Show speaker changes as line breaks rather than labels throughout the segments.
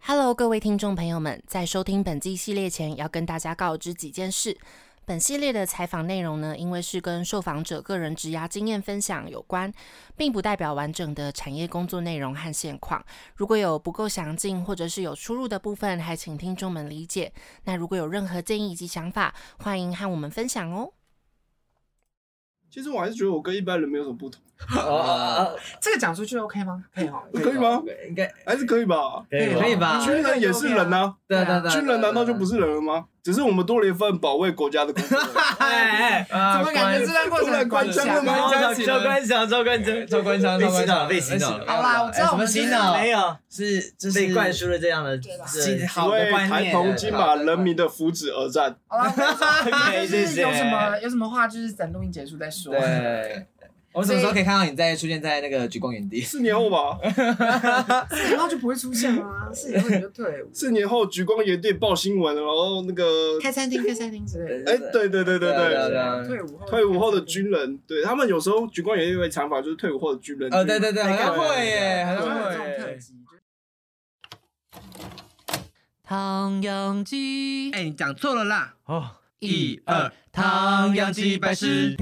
Hello，各位听众朋友们，在收听本季系列前，要跟大家告知几件事。本系列的采访内容呢，因为是跟受访者个人职涯经验分享有关，并不代表完整的产业工作内容和现况。如果有不够详尽或者是有出入的部分，还请听众们理解。那如果有任何建议以及想法，欢迎和我们分享哦。
其实我还是觉得我跟一般人没有什么不同，
哦，
这个讲出去 OK 吗？可以哦哈。
可以吗？
应该
还是可以吧？
可
以吧
可以吧？
军人也是人呐、
对啊对对，
啊军人难道就不
是？
是人了吗？只是我们多了一份保卫国家的工作。
哎哎，
啊
怎么感觉这段过程很
关
下
关关
好
关
关小关小周关小周关小被洗脑了，哎
啦，我知道我
什么
们
洗
就是
脑？
没有，
是就是
被
被
灌
灌输了这样的
是好
因
的
为
观
抬
念。
头金马人民的福祉而战，
好啦，
可以
就
谢
是
谢
有什么有什么话，就是等录音结束再说。
对。我们什么时候可以看到你再出现在那个举光原地？
四年后吧，
四年后就不会出现啦， 四年后你就退伍，
四年后举光原地报新闻，然后那 个，
开餐厅，开餐厅之类的。
哎、对对对对对，
啊对，
退伍后，
退伍后的军人，对他们有时候举光原地被采访，就是退伍后的军人。
呃，对对对，好像会耶，好像
好像有这种特
会。
辑。就是
唐扬鸡，
哎、你讲错了啦！
哦，
一二，
唐
唐
扬
扬
鸡
鸡
百
百
事
事。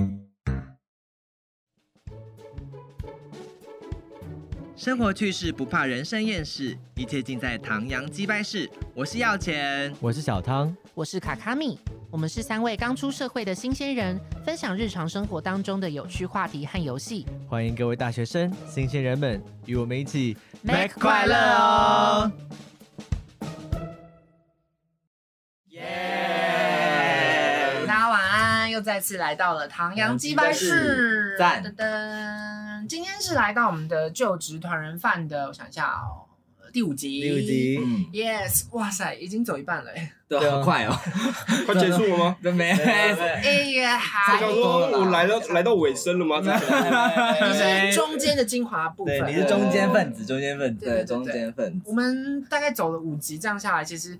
生活趣事不怕人生厌世，一切尽在唐阳鸡掰事。我是要钱，
我是小汤，
我是卡卡米，我们是三位刚出社会的新鲜人，分享日常生活当中的有趣话题和游戏。
欢迎各位大学生、新鲜人们与我们一起
Mac
快乐哦！
大家晚安，又再次来到了唐阳鸡掰室，
赞
噔噔，今天是来到我们的就职团人饭的，我想一下哦，第五集，
六级，嗯，
，yes，哇塞，已经走一半了，哎，
对，好快哦，
快结束了吗？
对没？
哎呀，
我
还
想说，我来到来到尾声了吗？这个
你是中间的精华部
哎对，
分，
你是中间分子，中间分子，对，中间分子
我。们大概走了五集，这样下来，其实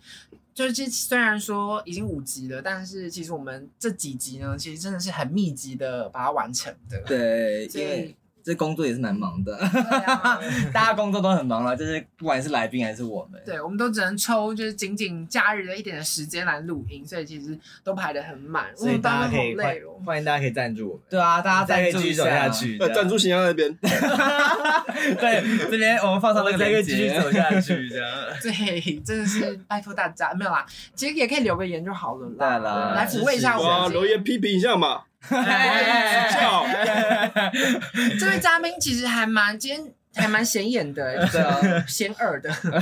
就是其实虽然说已经五集了，但是其实我们这几集呢，其实真的是很密集的把它完成的。
对，
所
因为
以
这工作也是蛮忙的，
对啊，
大家工作都很忙了，就是不管是来宾还是我们，
对，我们都只能抽就是仅仅假日的一点的时间来录音，所以其实都排得很满，我
所以
们
大
班
家
都
可
好
以
累哦
欢。欢迎大家可以赞助我们，
对啊，大
大家再可以继续走下。去，
呃赞助形象那边，
对，这边我们放上那个链接，
我们再可以继续走下去这
样。
对，真的是拜托大家，没有啦，其实也可以留个言就好了啦。
对啊啦
来抚慰一下我
哇，
们
留言批哎评一下嘛，笑，
这位嘉宾其实还蛮今天还蛮显眼 的、欸，
对啊，
显 耳的，听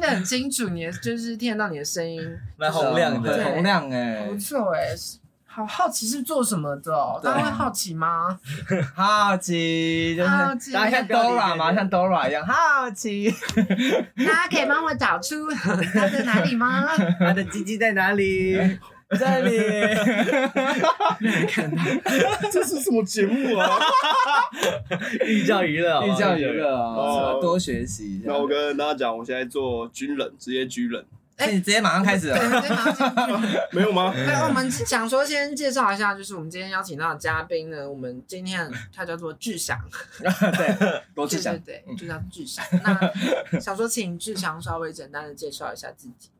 得很清楚，你的就是听得到你的声音，
蛮洪亮的，
对
洪亮哎
不，错哎、好好奇是做什么的、哦，
对
大家会好 奇吗？
好奇就是
好奇
大家像 Dora 嘛，像 Dora 一样好奇，
大家可以帮我找出 他在哪里吗？
他的鸡鸡在哪里？这里，
这是什么节目 啊？
寓教于乐
寓教于。乐
哦
啊，多学习一下
那。我跟大家讲，我现在做军人，职业军人，
哎，你直接马上开始
对，
了，
我们先马上进入
没有吗？
哎，我们想说先介绍一下，就是我们今天邀请到的嘉宾呢，我们今天他叫做志祥，
对，罗哦志祥，嗯
对对对，就叫志祥。那想说请志祥稍微简单的介绍一下自己。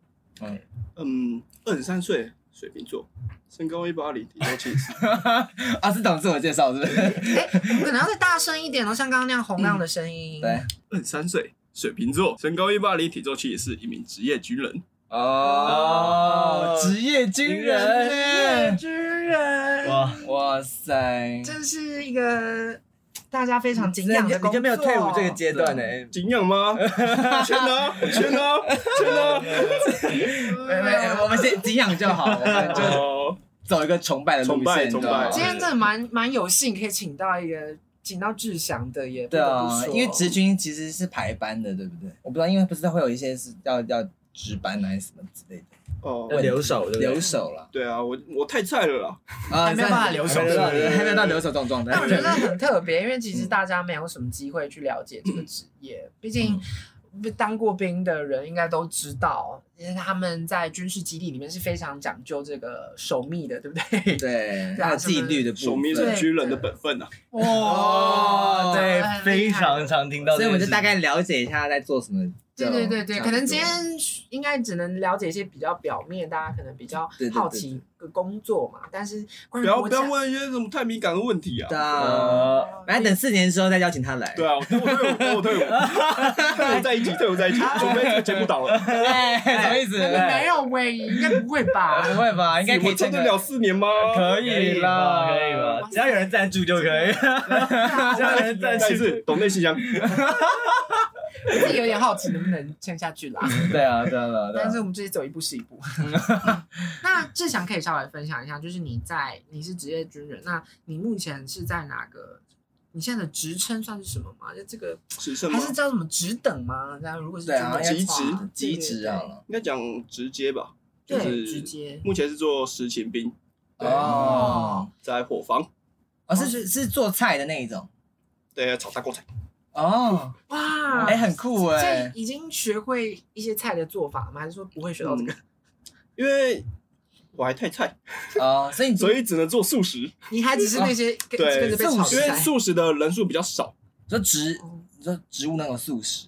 嗯，二十三岁，水瓶座，身高一八零，体重七十。
啊，是等自我介绍是不是？
哎，我 们可能要再大声一点哦，像刚刚那样洪亮的声音。
对，
二十三岁，水瓶座，身高一八零，体重七十，一名职业军人。
哦，职业军人，
军人，
哇，
哇塞，
这是一个大家非常敬仰的工作。
你就没有退伍这个阶段呢？哎
敬仰吗？签啊，签啊，签啊！
没没，哎我们先敬仰就好，我们就
哦，
走一个崇拜的路线，
崇拜崇拜
今天真的蛮蛮有幸可以请到一个请到志祥的，也不
对
得
啊
不说，，
因为职军其实是排班的，对不对？我不知道，因为不是会有一些是要要值班还是什么之类的，
哦，
要留守，对不对
留守了
对啊，我我太菜了啦。
啊，
还没有办法留守
还没有到
对对对
还没有到留守这种状态。
但我觉得很特别，因为其实大家没有什么机会去了解这个职业，毕
嗯
竟当过兵的人应该都知道，因为他们在军事基地里面是非常讲究这个守密的，对不对？
对，
对啊
还有纪律的
守
部
密是
分。
军人的本分啊。
哦
对
很，
非
厉害
常常听到
所
这
以
件事，
我就大概了解一下他在做什么
对对对
这
对，
样
可能
多
今天应该只能了解一些比较表面，大家可能比较
对对对
好奇的工作嘛。但是关
不
于
要
国
不
家
要问一些什么太敏感的问题啊！
的，反正等四年之后再邀请他来。
对啊，我等我退伍，等我退伍， 退伍在一起，退伍在一起，除非这个节目倒了，
哎，什么意思？
没有喂，应该不会吧？
不会吧？应该可
我
以
撑
撑
得
个
了四年吗？
可以啦，
可以吧？
只要有人赞助就可以。只要有人赞
再一
助，
次，懂内信箱，
我自己有点好奇能不能撑下去啦。
对啊，对啊，对啊对
但是
啊。
我们这是走一步是一 步。那志祥可以稍微分享一下，就是你在你是职业军人，那你目前是在哪个？你现在的职称算是什么吗？就这个
只剩
还
吗？
是叫什么职等吗？然后如果是
对啊，
军人
极
的话
职
极值啊，
应该讲直接吧，就
对对
是
直接
目前是做实勤兵，对，
哦，
在伙房，
哦是是做菜的那一种
对，炒大锅菜，
哦，
哇，
哎，很酷
所
哎
以，已经学会一些菜的做法吗？还是说不会学到
嗯
这个？
因为我还太菜，
哦，所以你
所以只能做素食，
你还只是那些跟
啊对
跟着被炒
因
的
为
菜
素食的人数比较少。
说植
哦，
你说植物那种素食，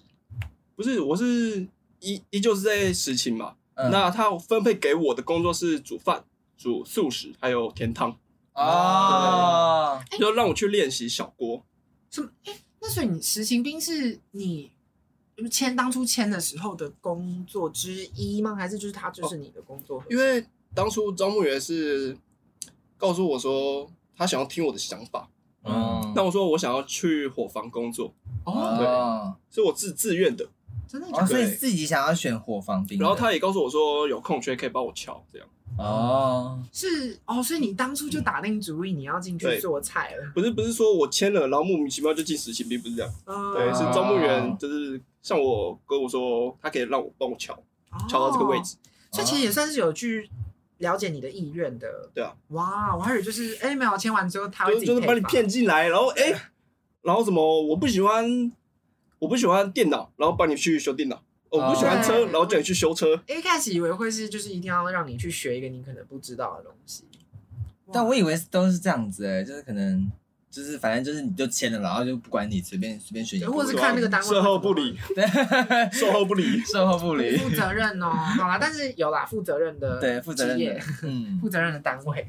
不是，我是依依旧是在实勤嘛，
嗯
那他分配给我的工作是煮饭、煮素食，还有甜汤，
哦，
哎
就让我去练习小锅。
什么？哎，那所以你实行兵是你签当初签的时候的工作之一吗？还是就是他就是你的工作？
因为当初招募员是告诉我说他想要听我的想法，
嗯，
那我说我想要去伙房工作，
哦，
啊
哦，
是我自自愿的。
真的
啊
假
哦，
的？
所以自己想要选火防兵的，
然后他也告诉我说有空缺可以帮我敲，这样
哦，
是哦，所以你当初就打定主意你要进去
对
做菜了。
不是不是说我签了，然后莫名其妙就进实习兵，不是这样，
嗯
对，是
哦
招募员就是像我跟我说他可以让我帮我敲，
哦
敲到这个位置。
所以其实也算是有去了解你的意愿的。
对啊。
哇，我还以为就是哎、没有签完之后他会
就
自
是
己
就是把你
配吧
骗进来，然后哎、然后什么我不喜欢，我不喜欢电脑，然后帮你去修电脑。哦我不喜欢车，
对
然后叫你去修车。
一开始以为会是就是一定要让你去学一个你可能不知道的东西，
但我以为都是这样子哎，就是可能就是反正就是你就签了，然后就不管你，随便随便选一个，
或者是看那个单位
售后不理，
对，
售后不理。
售后不理
不，负责任哦。好啦，但是有啦，负责任的
对，负责任
职
的
业，
嗯
负，责任的单位，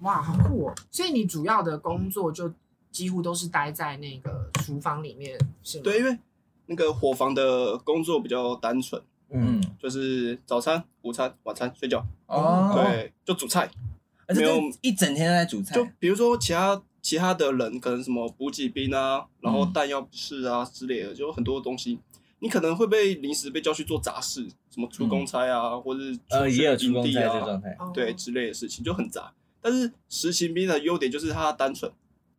哇，好酷哦！所以你主要的工作就几乎都是待在那个厨房里面，是吗？
对，因为那个伙房的工作比较单纯，
嗯，
就是早餐、午餐、晚餐、睡觉，
哦，，
对，就煮菜。
而且
没有
这一整天都在煮菜，
就比如说其他其他的人，可能什么补给兵啊，然后弹药室啊之类的，就很多东西。你可能会被临时被叫去做杂事，什么出公差啊，或者是
呃，也有
去
出工
营
在
地
这
啊
状态。
哦
对之类的事情，就很杂。但是实行兵的优点就是他单纯，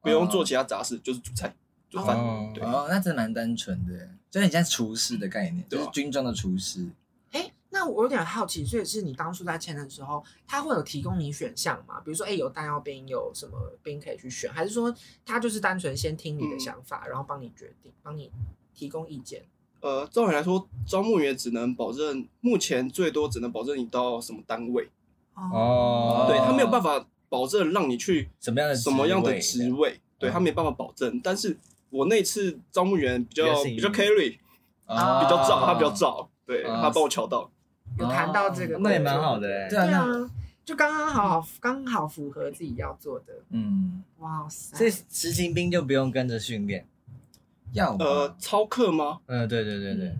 不用做其他杂事，就是煮菜、煮饭。
哦
对，
哦，那真的蛮单纯的，就很像厨师的概念，
对
就
啊
是军中的厨师。
哎，那我有点好奇，所以是你当初在签的时候，他会有提供你选项吗？比如说，哎，有弹药兵，有什么兵可以去选，还是说他就是单纯先听你的
嗯
想法，然后帮你决定，帮你提供意见？
呃，照理来说，招募员只能保证，目前最多只能保证你到什么单位，
哦
对他没有办法保证让你去
什么样的
什么样嗯的
职
职
位
位，对他没办法保证。但是我那次招募员比较
比较幸运
比较 carry，
哦
啊比较燥，他比较燥，对
哦
他帮我瞧到，
有谈到这个
哦
工作，
那也蛮好的哎、
对
对
啊，
啊
那，
就刚刚好好刚好符合自己要做的。
嗯，
哇塞！
所以实行兵就不用跟着训练。
要吧
呃，操课吗？
嗯，对对对对，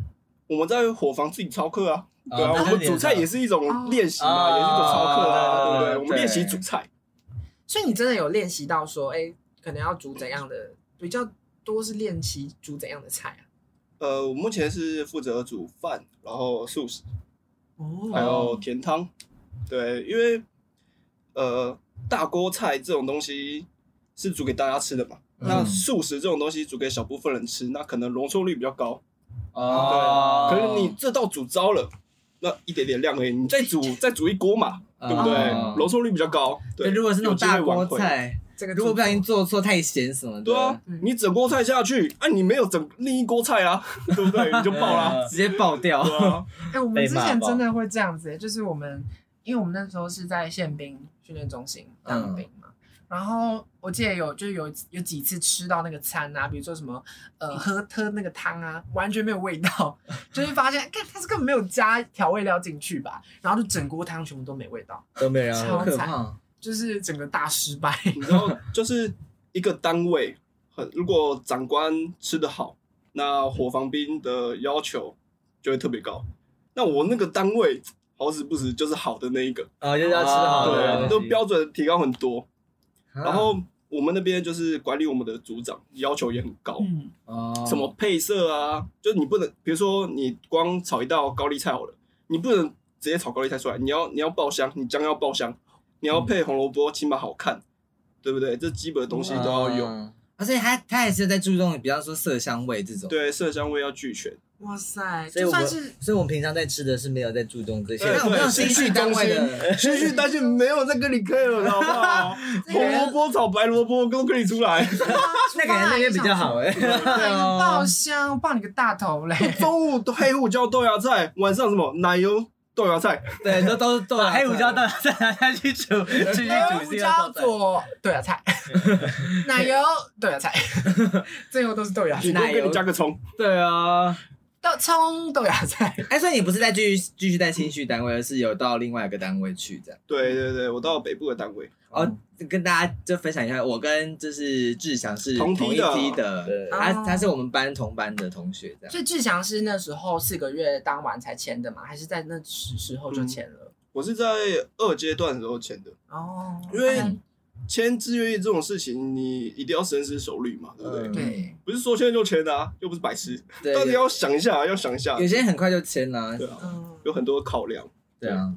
我们在伙房自己操课啊，对啊，
哦
我们煮菜也
是
是一种练习嘛，
哦
也是一种操课啊，对不对？
哦
我们练习煮菜，
所以你真的有练习到说，哎、可能要煮怎样的，比较多是练习煮怎样的菜啊？
呃，我目前是负责煮饭，然后素食，还
哦，
有甜汤，对，因为呃大锅菜这种东西是煮给大家吃的嘛，那素食这种东西煮给小部分人吃，那可能容错率比较高，
哦，
可是你这道煮糟了。那一点点量而已，你再煮再煮一锅嘛，对不对
哦？
容错率比较高。
对，
对，
如果是
有
那种
机会
大锅
挽回
菜，
这个
如果不小心做错太咸什么的，
对啊，你整锅菜下去，啊，你没有整另一锅菜啊，对不对？你就爆 啦。
啊直接爆掉。
对啊，
哎、我们
被
之
骂
前
爆
真的欸
嗯
会这样子、就是我们，因为我们那时候是在宪兵训练中心当兵嘛，然后我记得有就是有有几次吃到那个餐啊，比如说什么呃喝喝那个汤啊，完全没有味 道，就是发现看它是根本没有加调味料进去吧，然后就整锅汤全部都没味道，
都没人
超
好可
惨
怕。
就是整个大失败。
你知道，就是一个单位，很如果长官吃得好，那伙房兵的要求就会特别高。那我那个单位好死不死就是好的那一个，
啊，就是要吃好
对
的
啊，
东西，
都标准提高很多。
啊。
然后我们那边就是管理我们的组长要求也很高，
嗯，
哦
什么配色啊，就是你不能，比如说你光炒一道高丽菜好了，你不能直接炒高丽菜出来，你要你要爆香，你姜要爆香，你要配红萝卜，起码好看，对不对？这基本的东西都要有。
啊，而且他他也是在注重，比方说色香味这种。，
对，色香味要俱全。
哇塞，
所以
就
我
算
们
是
所以我们平常在吃的是没有在注重这些。
对
那我们
对
有兴趣单位的，
兴趣 单线没有在跟你 care 了，好不好？红萝卜炒白萝卜都可以出来。
那感觉那边比较好哎。
那 个爆香，爆你个大头嘞！
中午黑胡椒豆芽菜，晚上什么奶油豆芽菜，
对，都都 都
把黑胡椒豆再拿下去煮，
啊
继续
黑
煮
胡
这
椒
个豆
做豆 芽菜，奶油豆芽菜， 最后都是豆芽菜，
顶多给你加个葱。
对啊。
豆葱豆芽菜。
哎，所以你不是在继续继续在兴趣单位，而是有到另外一个单位去这样。
对对对，我到北部的单位，
哦，跟大家就分享一下，我跟就是志祥是
同
同
梯
一
的
梯的，他
啊
他是我们班同班的同学这样。
所以志祥是那时候四个月当完才签的嘛，还是在那时时候就签了？
我是在二阶段的时候签的，
嗯哦，
因
嗯
为签志愿役这种事情，你一定要深思熟虑嘛，对不对？
嗯
对，
不是说签就签的啊，又不是白痴，
对，
到底
有
要想一下，要想一下
有。些人很快就签了
对，啊，
嗯，
有很多考量。
对啊，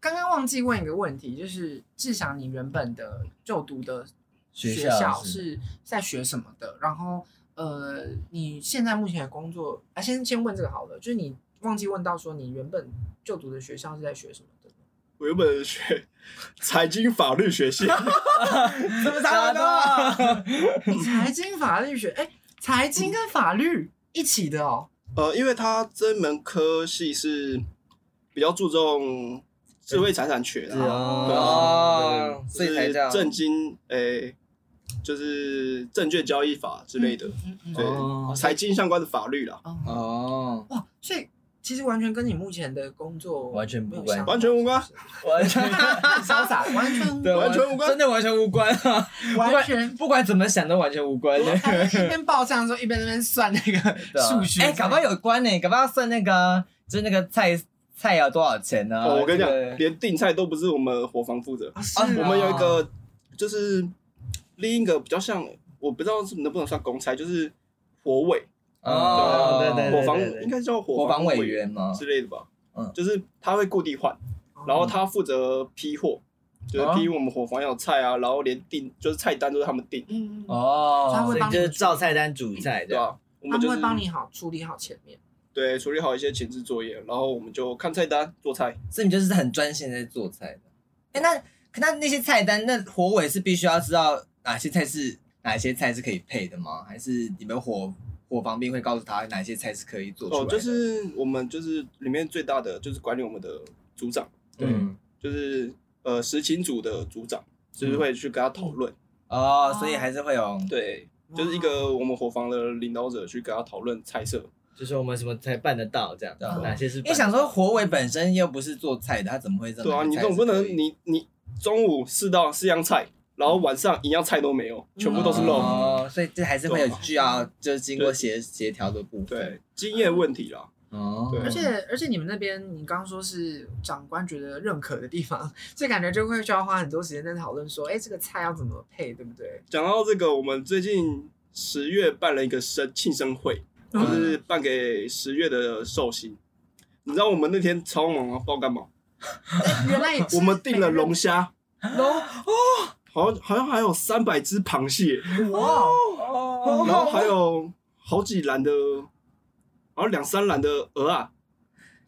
刚刚忘记问一个问题，就是志祥你原本的就读的
学
学
校
校是在学什么的？然后呃，你现在目前的工作啊，先先问这个好了，就是你忘记问到说你原本就读的学校是在学什么的？
我原本学财经法律学 系，
怎么
渣的，
财经法律学，哎、财经跟法律一起的哦。
呃，因为它这门科系是比较注重智慧财产权
是
啊，
哦，所以才
是
叫
证经，诶，就是证券交易法之类的，
嗯嗯
对
哦，
财经相关的法律啦，
哦
哦，
哇，所以其实完全跟你目前的工作
完全不
没有
关
相
完全无关
是不
完全
是潇洒，完全
对
完全无关
真的完全无关啊，
完全。
不管怎么想都完全无关啊的。
他一边爆浆的时候，一边在那边算那个
对啊
数学。
哎，搞不好有关呢，搞不好算那个啊就是那个菜菜要多少钱呢？
哦，我跟你
这个
讲，连订菜都不是我们伙房负责，
啊，是
啊
我
哦
们有一个就是另一个比较像，我不知道是能不能算公差，就是火委，
嗯
哦，对对对，
伙房
对对
应该叫
国
伙
防
房
委员嘛，
之类的吧，
嗯哦
就是他会固定换。然后他负责批货，就是批我们伙房要有菜啊，然后连订就是菜单都是他们订，
嗯，嗯嗯
哦，
他会帮你
所以就是照菜单煮菜
对啊
这
吧、
样。
我
他
们就
们会
是
帮你好处理好前面。
对处理好一些前置作业，然后我们就看菜单做菜。
所以你就是很专心地在做菜的。哎，那可那那些菜单，那火尾是必须要知道哪些菜是哪些菜是可以配的吗？还是你们火火防兵会告诉他哪些菜是可以做出来
哦，
的？
就是我们就是里面最大的就是管理我们的组长，
对、
嗯就是呃实勤组的组长，就是会去跟他讨论，
哦，所以还是会有，
对，就是一个我们伙房的领导者去跟他讨论菜色。
就是我们什么才办得到这样，
对啊
哪些是办得到？
因为想说火尾本身又不是做菜的，他怎么会这
对啊，你总不能你你中午四道四样菜，然后晚上一样菜都没有，全部都是肉。
哦，所以这还是会有
对啊
需要就是经过协协调的部分。
对，经验问题啦。
哦，
对
而且而且你们那边，你刚刚说是长官觉得认可的地方，所以感觉就会需要花很多时间在讨论说，哎，这个菜要怎么配，对不对？
讲到这个，我们最近十月办了一个生庆生会，就
嗯
是办给十月的寿星。你知道我们那天超忙啊，不知道干嘛。
原来
我们订了龙
虾，
虾，
龙
好像好像还有三百只螃蟹，
哇，哦
然后还有好几篮的，然后两三篮的鹅啊，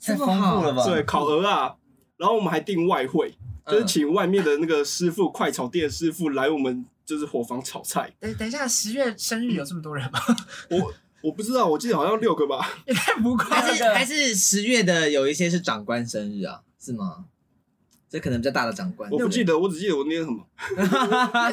太丰富了吧？
对，烤鹅啊。然后我们还订外汇，
嗯，
就是请外面的那个师傅，快炒店的师傅来我们就是伙房炒菜。
等等一下，十月生日有这么多人吗？
我我不知道，我记得好像六个吧。
也太浮夸
还
了
是还是十月的有一些是长官生日啊，是吗？这可能比较大的长官。
我不记得，我只记得我念什么。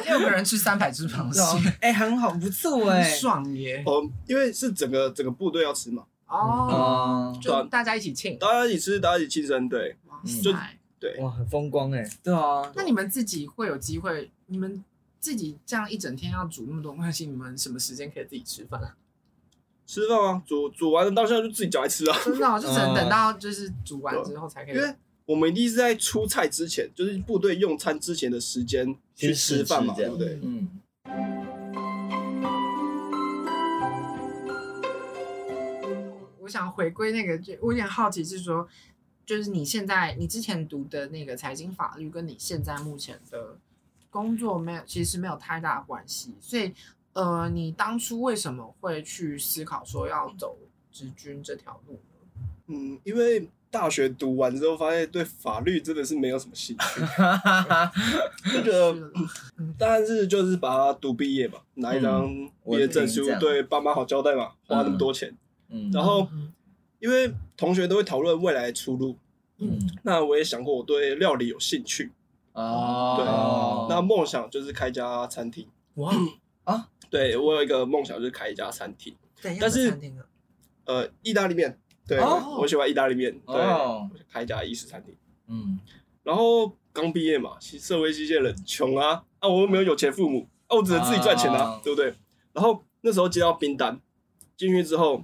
六个人吃三百只螃
对啊
蟹，
哎、很好，不错哎、
很哦爽耶！
哦，因为是整个整个部队要吃嘛，
哦，
哦、
嗯
就大家一起庆，
大家一起吃，大家一起庆生，对，
哇
嗯就
塞！
哇，很风光哎、
对啊，
那你们自己会有机会，你们自己这样一整天要煮那么多东西，你们什么时间可以自己吃 饭啊？
吃饭啊，煮煮完了当下就自己夹来吃啊。
真的哦，就只
嗯
能等到就是煮完之后才可以
因。为我们一定是在出菜之前，就是部队用餐之前的时间去
先
吃
试
饭嘛，
吃
对
这样
不对？
嗯，
我想回归那个，就我有点好奇是说，就是你现在你之前读的那个财经法律，跟你现在目前的工作没有，其实没有太大的关系。所以，呃，你当初为什么会去思考说要走职军这条路呢？
嗯，因为大学读完之后，发现对法律真的是没有什么兴趣， 就觉得
是嗯
当然是就是把它读毕业嘛，拿一张毕业证书
嗯我也是这，样
对爸妈好交代嘛，花那么多钱。
嗯
然后
嗯
因为同学都会讨论未来的出路，
嗯
那我也想过我对料理有兴趣，
哦，
那梦想就是开一家餐厅。
哇，
嗯对我有一个梦想就是开一家餐厅，
怎样的
但是
餐厅啊？
呃，意大利面，对、
哦
我喜欢意大利面，对，
哦
我就开一家意式餐厅。
嗯
然后刚毕业嘛，其实社会新鲜人穷啊，啊，我又没有有钱父母，啊，我只能自己赚钱啊，
哦
对不对？然后那时候接到冰单，进去之后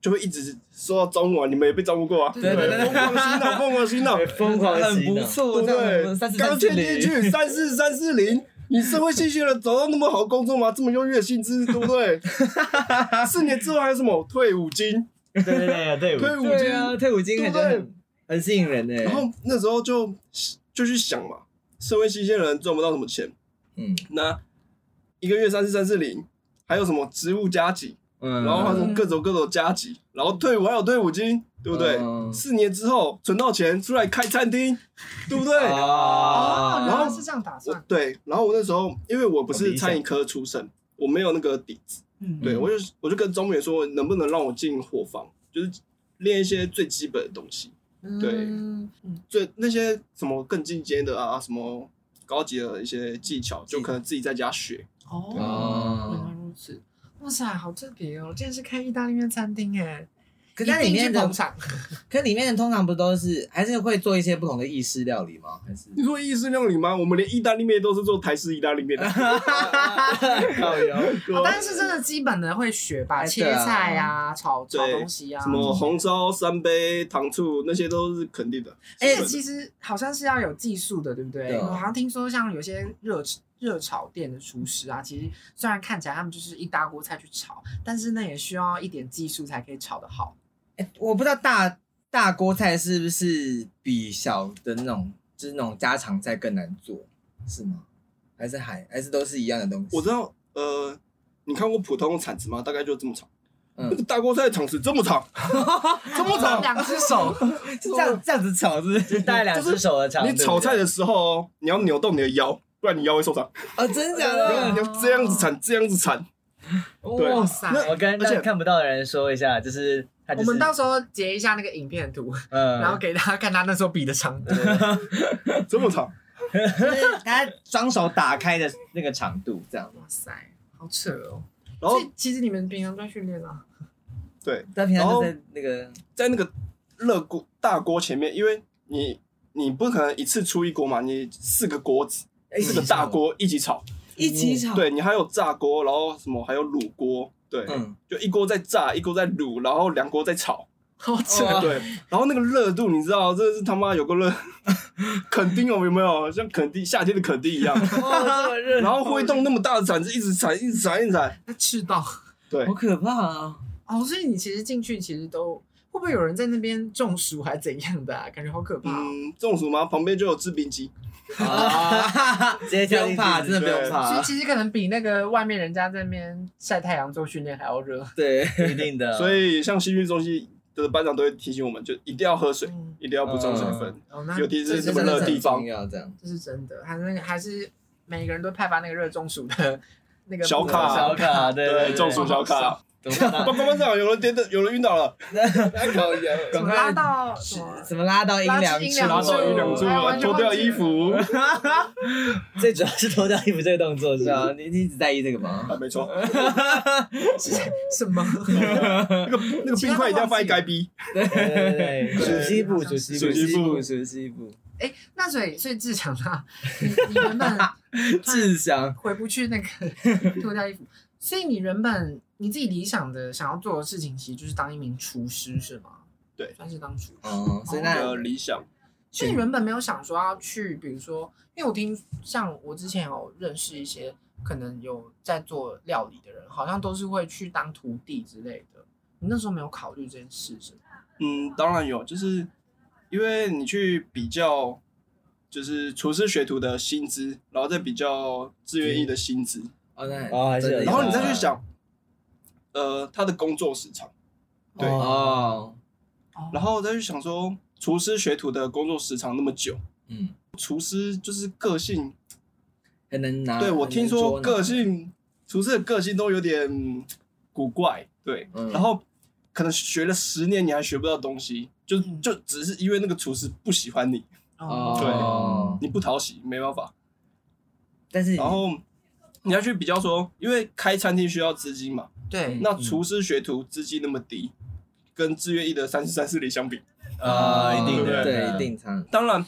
就会一直说到招募啊，你们也被招募过啊，
对
对对
疯狂洗脑，疯狂洗脑，
欸，疯狂
很
洗
不
脑，
错，
对不
这样我
对
们三？十
刚进进去三四三四零，你社会新鲜人找到那么好的工作吗？这么优越的薪资，对不 对？四年之后还有什么退伍金？
对对对对，
退伍
对
金
啊，退伍金感觉
对不
很很吸引人哎、
然后那时候就就去想嘛，社会新鲜人赚不到什么钱，
嗯
那一个月三四三四零，还有什么职务加级，
嗯，
然后还有什么各种各种加级，然后退伍还有退伍金，对不对？
嗯
四年之后存到钱出来开餐厅，对不对？
哦，
啊，
原来
然后
是这样打
我
算。
对，然后我那时候因为我不
很
是
理想
餐饮科出身，我没有那个底子，
嗯，
对
嗯
我就我就跟钟远说，能不能让我进伙房，就是练一些最基本的东西。对
嗯嗯
最那些什么更进阶的啊，什么高级的一些技巧，就可能自己在家学。
哦，原来
哦，
如此。哇塞，好特别哦！竟然是开意大利面餐厅哎，
可是它里面
一定是
的
捧，场，
可里面的通常不都是还是会做一些不同的意式料理吗？还是
你说意式料理吗？我们连意大利面都是做台式意大利面 的，
靠腰，
哦但是真的基本的会学吧，
哎
切
对啊
菜呀、炒炒
对
东西呀、啊
什么红烧三杯、糖醋那些都是肯定的。
而
基本
且
的
哎其实好像是要有技术的，对不对？
对啊
我好像听说，像有些热热炒店的厨师啊，其实虽然看起来他们就是一大锅菜去炒，但是那也需要一点技术才可以炒得好。
欸我不知道大大锅菜是不是比小的那种，就是那种家常菜更难做，是吗？还是还还是都是一样的东西？
我知道，呃，你看过普通的铲子吗？大概就这么长。
嗯
那个大锅菜的铲子这么 长，这么长，
两只手，
是这样这样子炒是不
就是
是？
带两只手的长度。
你炒菜的时候哦，你要扭动你的腰，不然你腰会受伤。
哦，真的假
嗯
你
的？
要这样子铲，这样子铲。对
哇塞！
那
我跟
而且
呃
那看不到的人说一下，就是他就
我
是
们到时候截一下那个影片图，
呃
嗯，
然后给大家看他那时候比的长度。
这么长，
就是他双手打开的那个长度，这样。
哇塞，好扯哦！
然后
所以其实你们平常在训练啊，
对，
他平常
然
就
后
在那个，
在那个热锅大锅前面，因为你你不可能一次出一锅嘛，你四个锅子，
一起嗯
四个大锅一起炒，
一起
哦
炒，，
对你还有炸锅，然后什么还有卤锅，对，
嗯，
就一锅在炸，一锅在卤，然后两锅在炒，
好扯。
哇
对，然后那个热度你知道，真的是他妈有个热， 垦丁哦有没有？像垦丁夏天的垦丁一
哦
样，然后挥动那么大的铲子，一直铲，一直铲，一直铲，
那赤道
对
好，可怕啊！
哦，所以你其实进去其实都会不会有人在那边中暑还怎样的啊？感觉好可怕、哦。
嗯，中暑吗？旁边就有制冰机，
啊，不
直接跳
用
进去
怕，真的不用
嗯
所以
怕，
其实可能比那个外面人家在那边晒太阳做训练还要热。
对，
一定的，
所以像新训中心的班长都会提醒我们，就一定要喝水，
嗯，
一定要补充水分。
哦，那
尤其
这
是
这
这么热
真
的
的
地方
重要这样。
这是真的，还是那个还是每个人都派发那个热中暑的那个
小卡
小
小
卡
卡，对
对，中暑小卡，
怎么办
报告班长，有人跌的，有人晕倒了，
太搞笑了
怎么 拉到什么
什么拉到阴凉
拉
处，
至阴凉处
到一两处
哎完
啊，
全
脱
忘记
掉衣服，
最主要是脱掉衣服这个动作，是
对
吧
啊？，你你一直在意这 个吗？
啊，没错，
什么？
那个那个冰块一定要放在该逼，
对对 对，
对
数西部，数西
数
部，
西部
数西部，
哎、那所以所以志强啊，你你 原本
志祥，
回不去那个脱掉衣服，所以你原本你自己理想的想要做的事情，其实就是当一名厨师，是吗？
对
算是当厨师。
哦，所以
那
那
个理想，
所以你原本没有想说要去，比如说，因为我听像我之前有认识一些可能有在做料理的人，好像都是会去当徒弟之类的。你那时候没有考虑这件事是吗？
嗯，当然有，就是因为你去比较，就是厨师学徒的薪资，然后再比较志愿役的薪资，
哦
哦
那
还是
真的
有
有
然后你再去想，呃，他的工作时长，对
哦，
哦
然后再去想说，厨师学徒的工作时长那么久，
嗯，
厨师就是个性，
很能拿。
对我
啊很能
听说
捉拿
个，性，厨师的个性都有点嗯古怪，对，
嗯
然后可能学了十年你还学不到东西，就
嗯
就只是因为那个厨师不喜欢你，
哦，嗯
你不讨喜，没办法。
但是
然后你要去比较说，因为开餐厅需要资金嘛，
嗯
对，
那厨师学徒资金那么低，跟志愿役的三十三四零相比，
啊，一定的，
对，呃一定差。
当然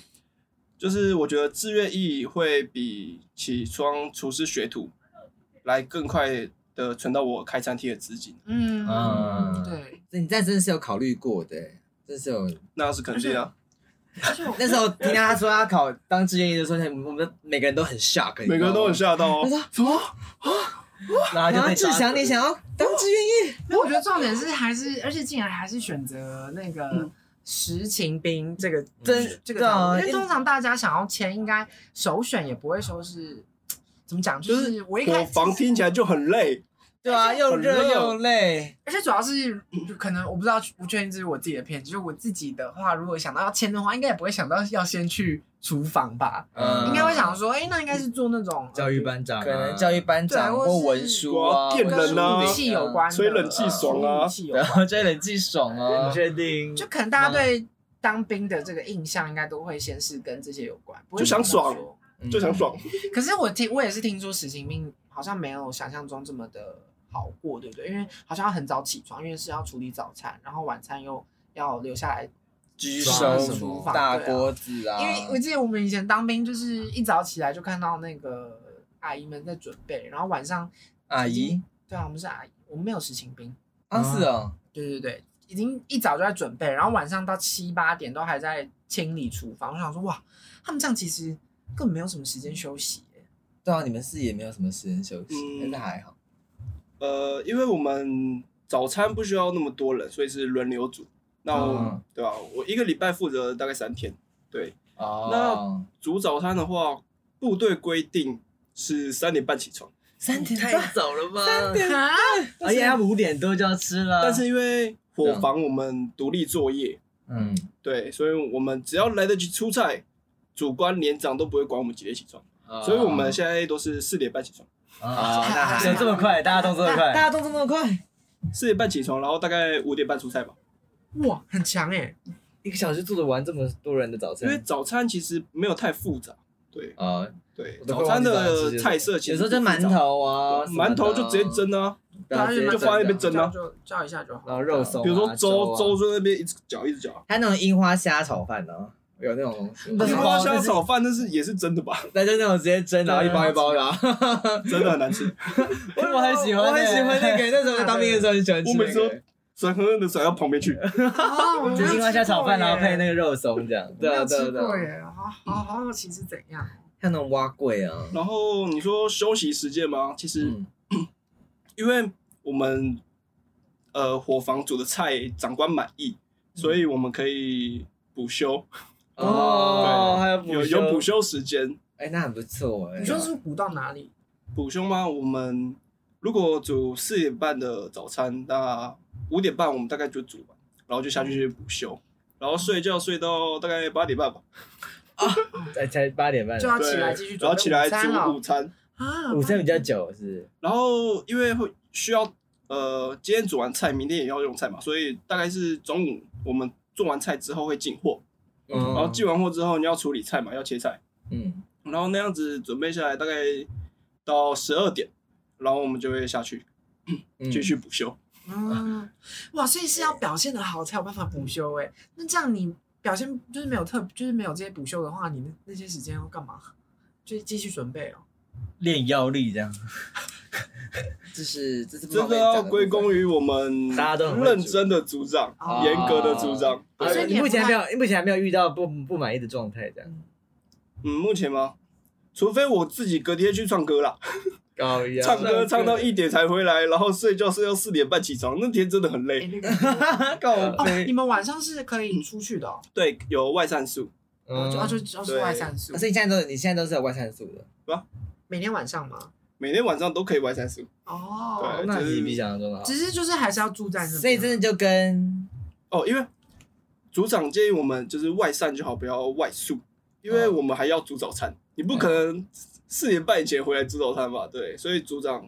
就是我觉得志愿役会比起双厨师学徒来更快的存到我开餐厅的资金，
嗯
嗯
对，
所以你在真的是有考虑过的，这是有。
那是肯定啊，
而且我
那时候听到他说他考当志愿役的时候，我们每个人都很 shock，
每个人都很吓到哦。什么？
然后就
然后
被抓
志祥，你想要当志愿役？
没有我觉得重点是还是，而且竟然还是选择那个实情兵这
嗯
个
真
这
对
个道
啊
路，因为
因为
通常大家想要签，应该首选也不会说是怎么讲，就
就是
是我一开
伙
始
房听起来就很累，
对啊，又热又累，
而且主要是就可能我不知道，不确定这是我自己的偏见。就是我自己的话，如果想到要签的话，应该也不会想到要先去厨房吧，
嗯
应该会想说，哎，那应该是做那种
教育班长啊，
可能教育班长
对或
或
是
文书啊，
电
跟
人啊
武器有关的，嗯
吹冷气爽啊
武器有
然
关
后追人气爽啊
不，确定，
就可能大家对当兵的这个印象，应该都会先是跟这些有关，不会
就想
到说
爽
嗯
就想爽。
可是我听我也是听说实行兵好像没有想象中这么的好过，对不对？因为好像要很早起床，因为是要处理早餐，然后晚餐又要留下来。
举
抓
手
什么
大锅子啊，
因为我记得我们以前当兵，就是一早起来就看到那个阿姨们在准备，然后晚上
阿姨
对啊，我们是阿姨，我们没有实行兵。
啊是哦，
对对对，已经一早就在准备，然后晚上到七八点都还在清理厨房。我想说，哇，他们这样其实根本没有什么时间休息耶。
对啊，你们是也没有什么时间休息，但
嗯
是还好，
呃，因为我们早餐不需要那么多人，所以是轮流煮。那我、
嗯
对吧？我一个礼拜负责大概三天。对，
哦，
煮早餐的话，部队规定是三点半起床，
三点
太
半，
早了吧？
啊，
而且他们五点多就要吃了，
但是因为
这
伙
样
房我们独立作业，
嗯，
对，所以我们只要来得及出菜，主官连长都不会管我们几点起床，
嗯
所以我
啊
们现在都是四点半起床，
啊，那还
所以
这么快，大家动这么
哦大
快，
家动作那么快，
四点半起床，然后大概五点半出菜吧。
哇，很强哎。
一个小时做得完这么多人的早
因
餐，
为早餐其实没有太复杂，对
啊，
对，
我都快
早餐
忘记早餐
的
吃
菜色其
有
实
时候
不
就
复
馒
杂
头啊，什么的
馒头就直接，蒸啊，
对啊
就放在那边蒸啊
就叫一下就好。
然后肉松啊，
比如说粥，
粥啊
粥，就那边一直搅一直搅。
还有那种樱花虾炒饭呢，有那种东西，
不是
樱花 虾炒饭那是也是真的吧？
那就那种直接蒸，然后一包一包的、啊。
真的很难吃。
我
我很喜欢
我很
欸
喜欢那个。那时候当兵的时候很喜欢吃、
我
那个。
每次都甩狠狠的甩到旁边去。
哦，我没
就
有
是樱花虾炒饭，然后配
个，
那个肉松这样，
对
没
啊
有
对
吃
啊对
过
啊，
耶，好好好奇是怎样。
像那种蛙柜啊，
然后你说休息时间吗？其实
嗯
因为我们呃伙房煮的菜长官满意，
嗯
所以我们可以补休，
哦，还有补
有有补，休时间。
哎、那很不错
啊
哎、
你说是补到哪里？
补休吗？我们如果煮四点半的早餐，那五点半我们大概就煮完，然后就下去去补休，然后睡觉睡到大概八点半吧，
才才八点半
就，要
哎对
起来继续准
然后
备
起来
午餐哦
煮
了
午餐。
啊！
午餐比较久是
然后因为会需要呃，今天煮完菜，明天也要用菜嘛，所以大概是中午我们做完菜之后会进货，
嗯
然后进完货之后你要处理菜嘛，要切菜，
嗯，
然后那样子准备下来大概到十二点，然后我们就会下去
嗯
继续补休。
嗯，哇，所以是要表现的好才有办法补休哎、那这样你表现就是没有特，就是没有这些补休的话，你那那些时间要干嘛？就是继续准备哦。
练腰力这样，
这是这是不
这
方
个
便讲的
要归功于我们
大家都很会煮
认真的组长
啊
哦，
严格的组长。
啊所以
你
你
目前还没
也
有，你目前还没有遇到不不满意的状态这样。
嗯，目前吗？除非我自己隔天去唱歌啦，
高一
唱歌唱到一点才回来，然后睡觉睡到四点半起床，那天真的很
哎、
累。
那个
告
哦，你们晚上是可以出去的哦，
对，有外散数，
哦
嗯
就要就要出外
嗯对
散步
啊，所以你现在都你现在都是有外参数的，
每天晚上吗？
每天晚上都可以外散数。
哦
对，
那你比想象中的好。
只是就是还是要住在那边，
所以真的就跟
哦，因为组长建议我们就是外散就好，不要外宿，因为
嗯
我们还要煮早餐，你不可能四点半以前回来煮早餐吧？对，所以组长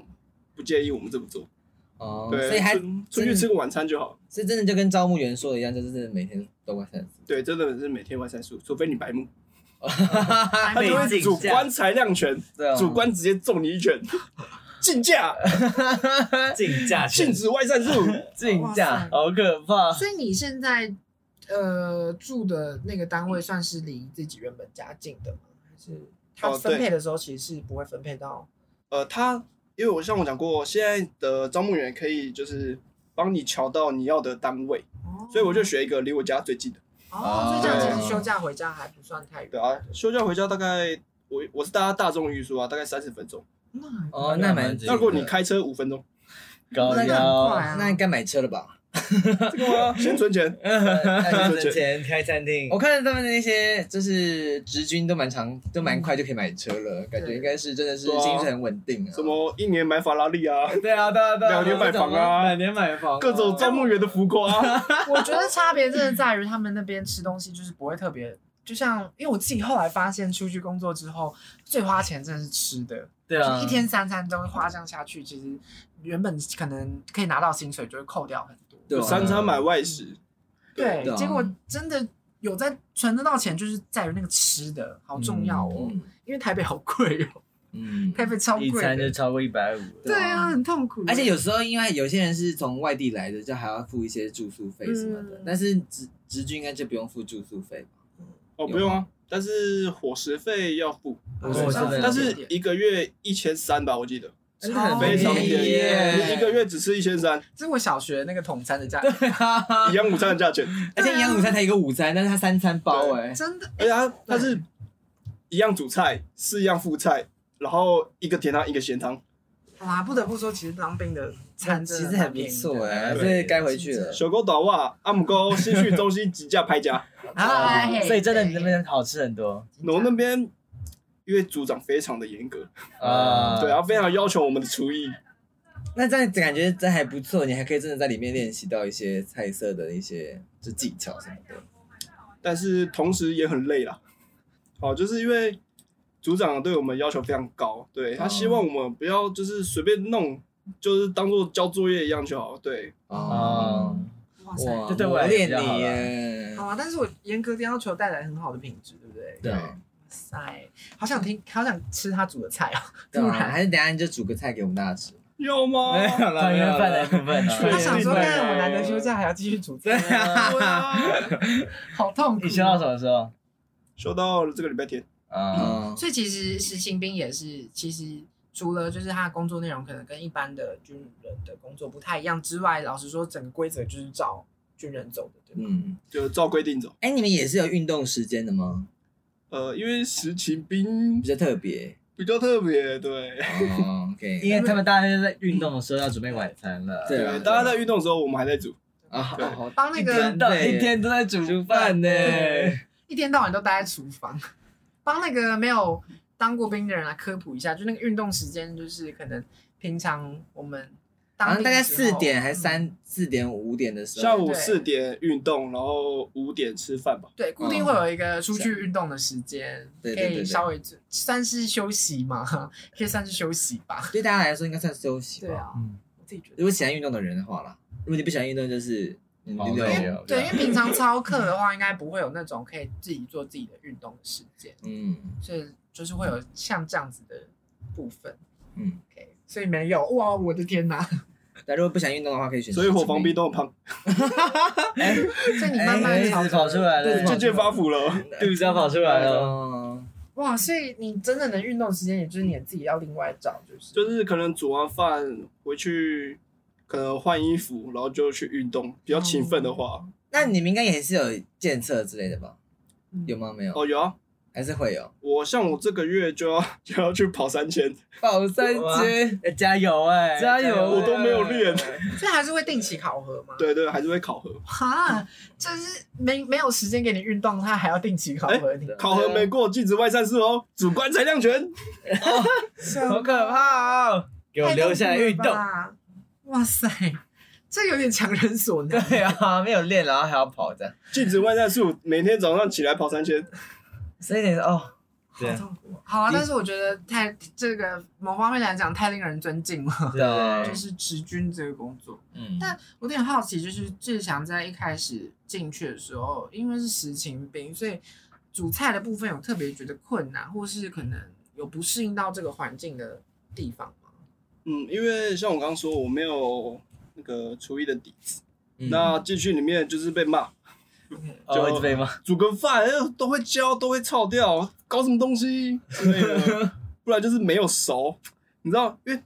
不建议我们这么做。
哦，
对，
所以还
出出去吃个晚餐就好。
所以真的就跟招募员说的一样，就是真的每天都外参数。
对，真的是每天外散数，除非你白目，
还
他
没
就
有
背
会
景
主
这样
观裁量权，
对啊
主观直接揍你一拳， 竞 价，
竞 价
禁止外散数。
竞价
哇塞，
好可怕！
所以你现在呃住的那个单位算是离自己原本家近的吗？还是它
哦
分
对
配的时候其实是不会分配到？
呃，他因为我像我讲过，现在的招募员可以就是帮你瞧到你要的单位，
哦
所以我就选一个离我家最近的。
哦，所以这样其实休假回家还不算太远。
对啊，休假回家大概我我是搭大众运输啊，大概三十分钟。
那
哦，那蛮
对
那如果你开车五分钟，
高
那
很
腰
快，
那应该买车了吧？
这个吗？先存钱。
赚钱开餐厅
哦
我，看他们那些就是职军都蛮长，都蛮快就可以买车了，感觉应该是真的
嗯
是
对啊
薪水很稳定啊。
什？么一年买法拉利啊，
哦
对啊，对啊，对啊，
两年买房啊
两年买房啊，
各种招募员的浮夸啊、
我觉得差别真的在于他们那边吃东西就是不会特别，就像因为我自己后来发现出去工作之后，最花钱真的是吃的，
对啊，
就一天三餐都花这样下去，其实原本可能可以拿到薪水就会扣掉很多。
对啊
三餐买外食，
对，
对啊
结果真的有在存得到钱，就是在于那个吃的好重要哦，
嗯
因为台北好贵哦，
嗯，
台北超
一
贵
餐就
的，
超过一百五，
对啊，很痛苦。
而且有时候因为有些人是从外地来的，就还要付一些住宿费什么的，
嗯
但是职职军应该就不用付住宿费吧？
哦，不用啊，但是伙食费要付，
我
我真哦的
但是一个月一千三吧，我记得
真的很
非常
便宜
便
耶
宜，一个月只吃一千三，
这是我小学那个统餐的价格，
对啊
一，样午餐的价钱，
而且营养午餐才一个午餐，但是他三餐包哎、
真的
而且它它是一样主菜，四样副菜，然后一个甜汤一个咸汤，
哇，不得不说，其实当兵的餐
其
真的
实还
蛮
不
便宜的
错
欸
哎、
对
所以该回去了。
小狗倒袜，阿姆沟新训中心几架拍夹，
啊嘿
哦所以真的你那边好吃很多
然后那边。因为组长非常的严格，
啊，
对，然后非常要求我们的厨艺，
那这样感觉这还不错，你还可以真的在里面练习到一些菜色的一些就技巧什么的。
但是同时也很累啦。哦，就是因为组长对我们要求非常高，对他希望我们不要就是随便弄，就是当做交作业一样就好。对，
啊，
哇塞，
哦哇，
这对我
磨
来
练
讲比较好
你
啦
耶。
好啊！但是我严格的要求带来很好的品质，对不对？
对
啊
哇塞，好想听，好想吃他煮的菜哦！
对
突
啊，
然，
还是等一下你就煮个菜给我们大家吃。
要 吗？
啦 团圆饭的部分 啊
他
对
想说，
对
那我难得休假还要继续煮菜，
对啊，
好痛苦。
你休到什？么时候？
收到了这个礼拜天，
啊，
嗯，
所以其实实行兵也是，其实除了就是他的工作内容可能跟一般的军人的工作不太一样之外，老实说，整个规则就是照军人走的，对吧？
嗯，
就照规定走。
哎、你们也是有运动时间的吗？
呃，因为实勤兵
比较特别。
比较特别，对，
哦，OK。
因为他们大家就在运动的时候要准备晚餐了，
对啊
对，大家在运动的时候，我们还在煮，
啊，
对
好，好
帮那个
真的耶
一天都在煮
煮饭呢。
一天到晚都待在厨房，帮那个没有当过兵的人来科普一下，就那个运动时间，就是可能平常我们当
好像
兵
大概
的时候嗯
四点还三四点五点的时
下
候，
午
对
四点运动，然后五点吃饭吧。
对，固定会有一个出去运动的时间，
哦对
可
对对
以稍微做算是休息嘛，可以算是休息吧。
对大家来说应该算休息吧。
对啊，自己觉得
如。果喜欢运动的人的话啦，如果你不喜欢运动，就是嗯
哦
你
对
因
啊
有
为对，因为平常操课 的话，应该不会有那种可以自己做自己的运动的时间，
嗯
所以就是会有像这样子的部分。
嗯，
OK，所以没有哇，我的天哪！
那如果不喜欢运动的话，可以选择
所以火防兵都很胖，
所以你慢慢
哎
朝
一直
着
跑出来了，
渐渐发福了。
肚子要跑出来了。
哦，
哇，所以你真正的运动时间，也就是你自己要另外找，就是
就是可能煮完饭回去，可能换衣服，然后就去运动。比较勤奋的话，
那你们应该也是有健测之类的吧？
嗯
有吗？没有，
哦有啊，
还是会有
我像我这个月就要就要去跑三千，
跑三
啊
哇
阶，
哎加油哎、
加油！
我都没有练。
所以还是会定期考核吗？，
对对，还是会考核。
哈，就是没没有时间给你运动，他还要定期考核你，
考核没过，禁止外散事哦，主观裁量权。
好可怕哦！给我
太痛苦了吧
留下来运动。。
哇塞，这有点强人所难。
对 啊，没有练，然后还要跑这样，
禁止外战术，每天早上起来跑三千，
所以你说哦，
对
好痛苦哦。好啊，但是我觉得太这个某方面来讲太令人尊敬了，
对啊
呃
就，是职军这个工作。
嗯，
但我有点好奇，就是志祥在一开始进去的时候，因为是实勤兵，所以煮菜的部分有特别觉得困难，或是可能有不适应到这个环境的地方吗？
嗯，因为像我刚刚说，我没有那个厨艺的底子，
嗯
那进去里面就是被骂，
就会飞吗？
煮个饭哎呦都会焦，都会臭掉，搞什么东西之类的，不然就是没有熟。你知道，因为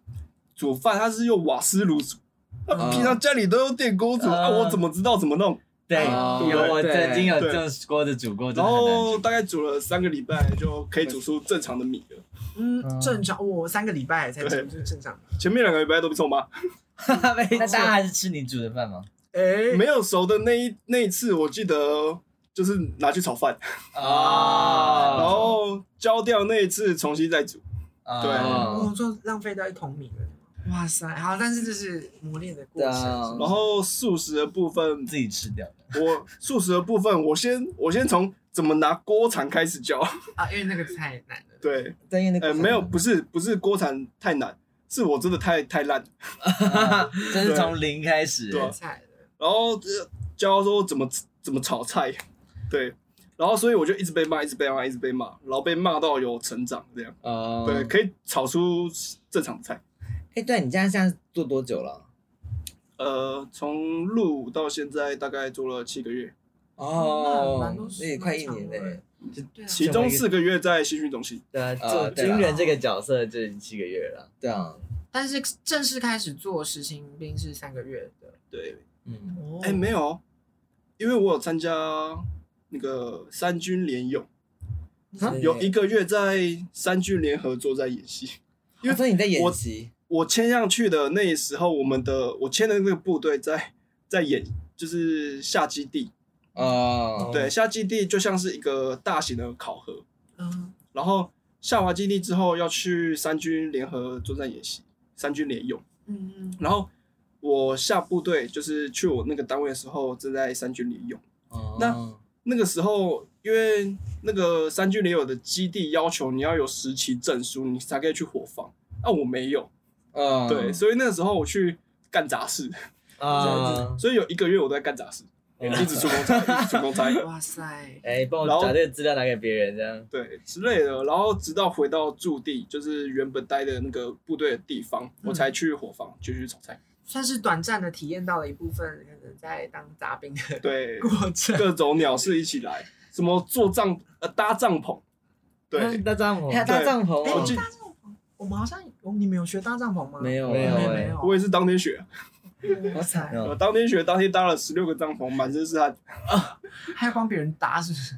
煮饭它是用瓦斯炉煮，那
嗯
平常家里都用电锅煮，啊，
嗯
我怎么知道怎么弄？
对，
哦
有我
对
曾经有这种锅子煮过，真
然
的很难
后
煮。
大概煮了三个礼拜，就可以煮出正常的米了。
嗯，正常，我三个礼拜才
对
进就是正常。
前面两个礼拜都被臭骂，
那大家还是吃你煮的饭吗？
哎、
没有熟的那一那一次，我记得就是拿去炒
啊
饭，
哦
然后焦掉那一次重新再煮。
我
哦
就浪费掉一桶米了。哇塞，好，但是这是磨练的过程。
对啊
是
然
吗
后素食的部分，
自己吃掉 的。
我素食的部分，我先我先从怎么拿锅铲开始教。
啊，因为那个太难了。
对，
对，因为那
呃，
个
没有，不是不是锅铲太难，是我真的太太烂。
啊真是从零开始。
哦
对啊
菜了。
然后呃教说怎么怎么炒菜，对，然后所以我就一直被骂，一直被骂，一直被骂，然后被骂到有成长这样。
哦，
对，可以炒出正常的菜。
哎，对你这样现在做多久了？
呃，从录到现在大概做了七个月，
哦那蛮多时
那也
间
快一年嘞。嗯
对啊，
其中四个月在新训中心。
对啊，
啊
做
对啊
军人这个角色就已经七个月了。
对啊，
但是正式开始做实行兵是三个月的。
对，
嗯，
哦
哎、没有，因为我有参加那个三军联勇，
对
有一个月在三军联合作战演习。因为
哦所以你在
我
演习，
我签上去的那时候，我们的我签的那个部队在在演，就是下基地。
哦，
对，下基地就像是一个大型的考核，
嗯，
然后下完基地之后要去三军联合作战演习，三军联勇。
嗯嗯，
然后我下部队就是去我那个单位的时候，正在三军联勇。
哦
那那个时候，因为那个三军联友的基地要求你要有实习证书，你才可以去伙房。啊，我没有，
嗯，
对，所以那个时候我去干杂事，
啊，
所以有一个月我都在干杂事，
哎
一直出公差，一直出公差，
嗯哇塞，
哎，帮
然
我
后
把这个资料拿给别人，这样。
对之类的。然后直到回到驻地，就是原本待的那个部队的地方，我
嗯
才去伙房继续炒菜。
算是短暂的体验到了一部分可能在当杂兵的
对，
过程。
各种鸟事一起来，什么做帐呃搭帐篷，对，
嗯
那这样我
还有搭
对
帐篷
哎，
我
哦，
记
搭帐篷，我们好像哦，你们有学搭帐篷吗？
没有
没有
没有，
哎
没有。
我也是当天学，
哇塞，
我当天学当天搭了十六个帐篷，满身是汗。
还要帮别人搭是不是？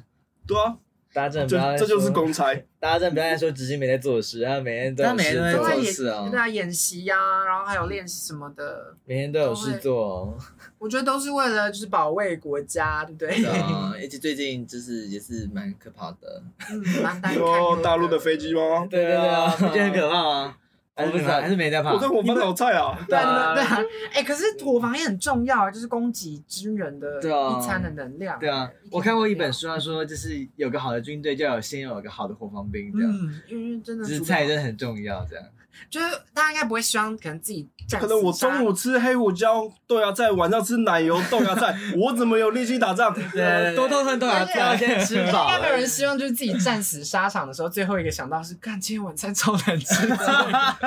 对啊，
搭
嗯
正，不
这
要再
这就是
说
公差，
大家真的不要再说执行没在做事，他每天都有
他每天
事
都在
做
做
对
事啊
对啊，演习呀，然后还有练习什么的，
每天都有事做。
我觉得都是为了就是保卫国家，对不对？
对啊，而且最近就是也是蛮可怕的，
嗯，蛮难看
说哦大陆的飞机
吗？
吗？
对对对啊，不觉得很可怕吗？还
我
是
不知道
还是没在怕
我？在我翻炒菜啊，
对啊，对啊，哎、可是妥防也很重要啊，就是供给军人的
对啊
一餐的能量。
对
天的
啊
能量，
我看过一本，书，他说就是有个好的军队，就要有先有一个好的火防兵，这样
嗯，因为真的
啊就是
煮
菜
不
真
好
的很重要，这样。
就是大家应该不会希望可能自己战
可能我
死杀
中午吃黑胡椒豆芽菜，晚上吃奶油豆芽 菜，我怎么有力气打仗？
对，多痛恨都要这样先吃
应
饱
该。没有人希望就是自己战死沙场的时候，最后一个想到是，干今天晚餐超难吃的，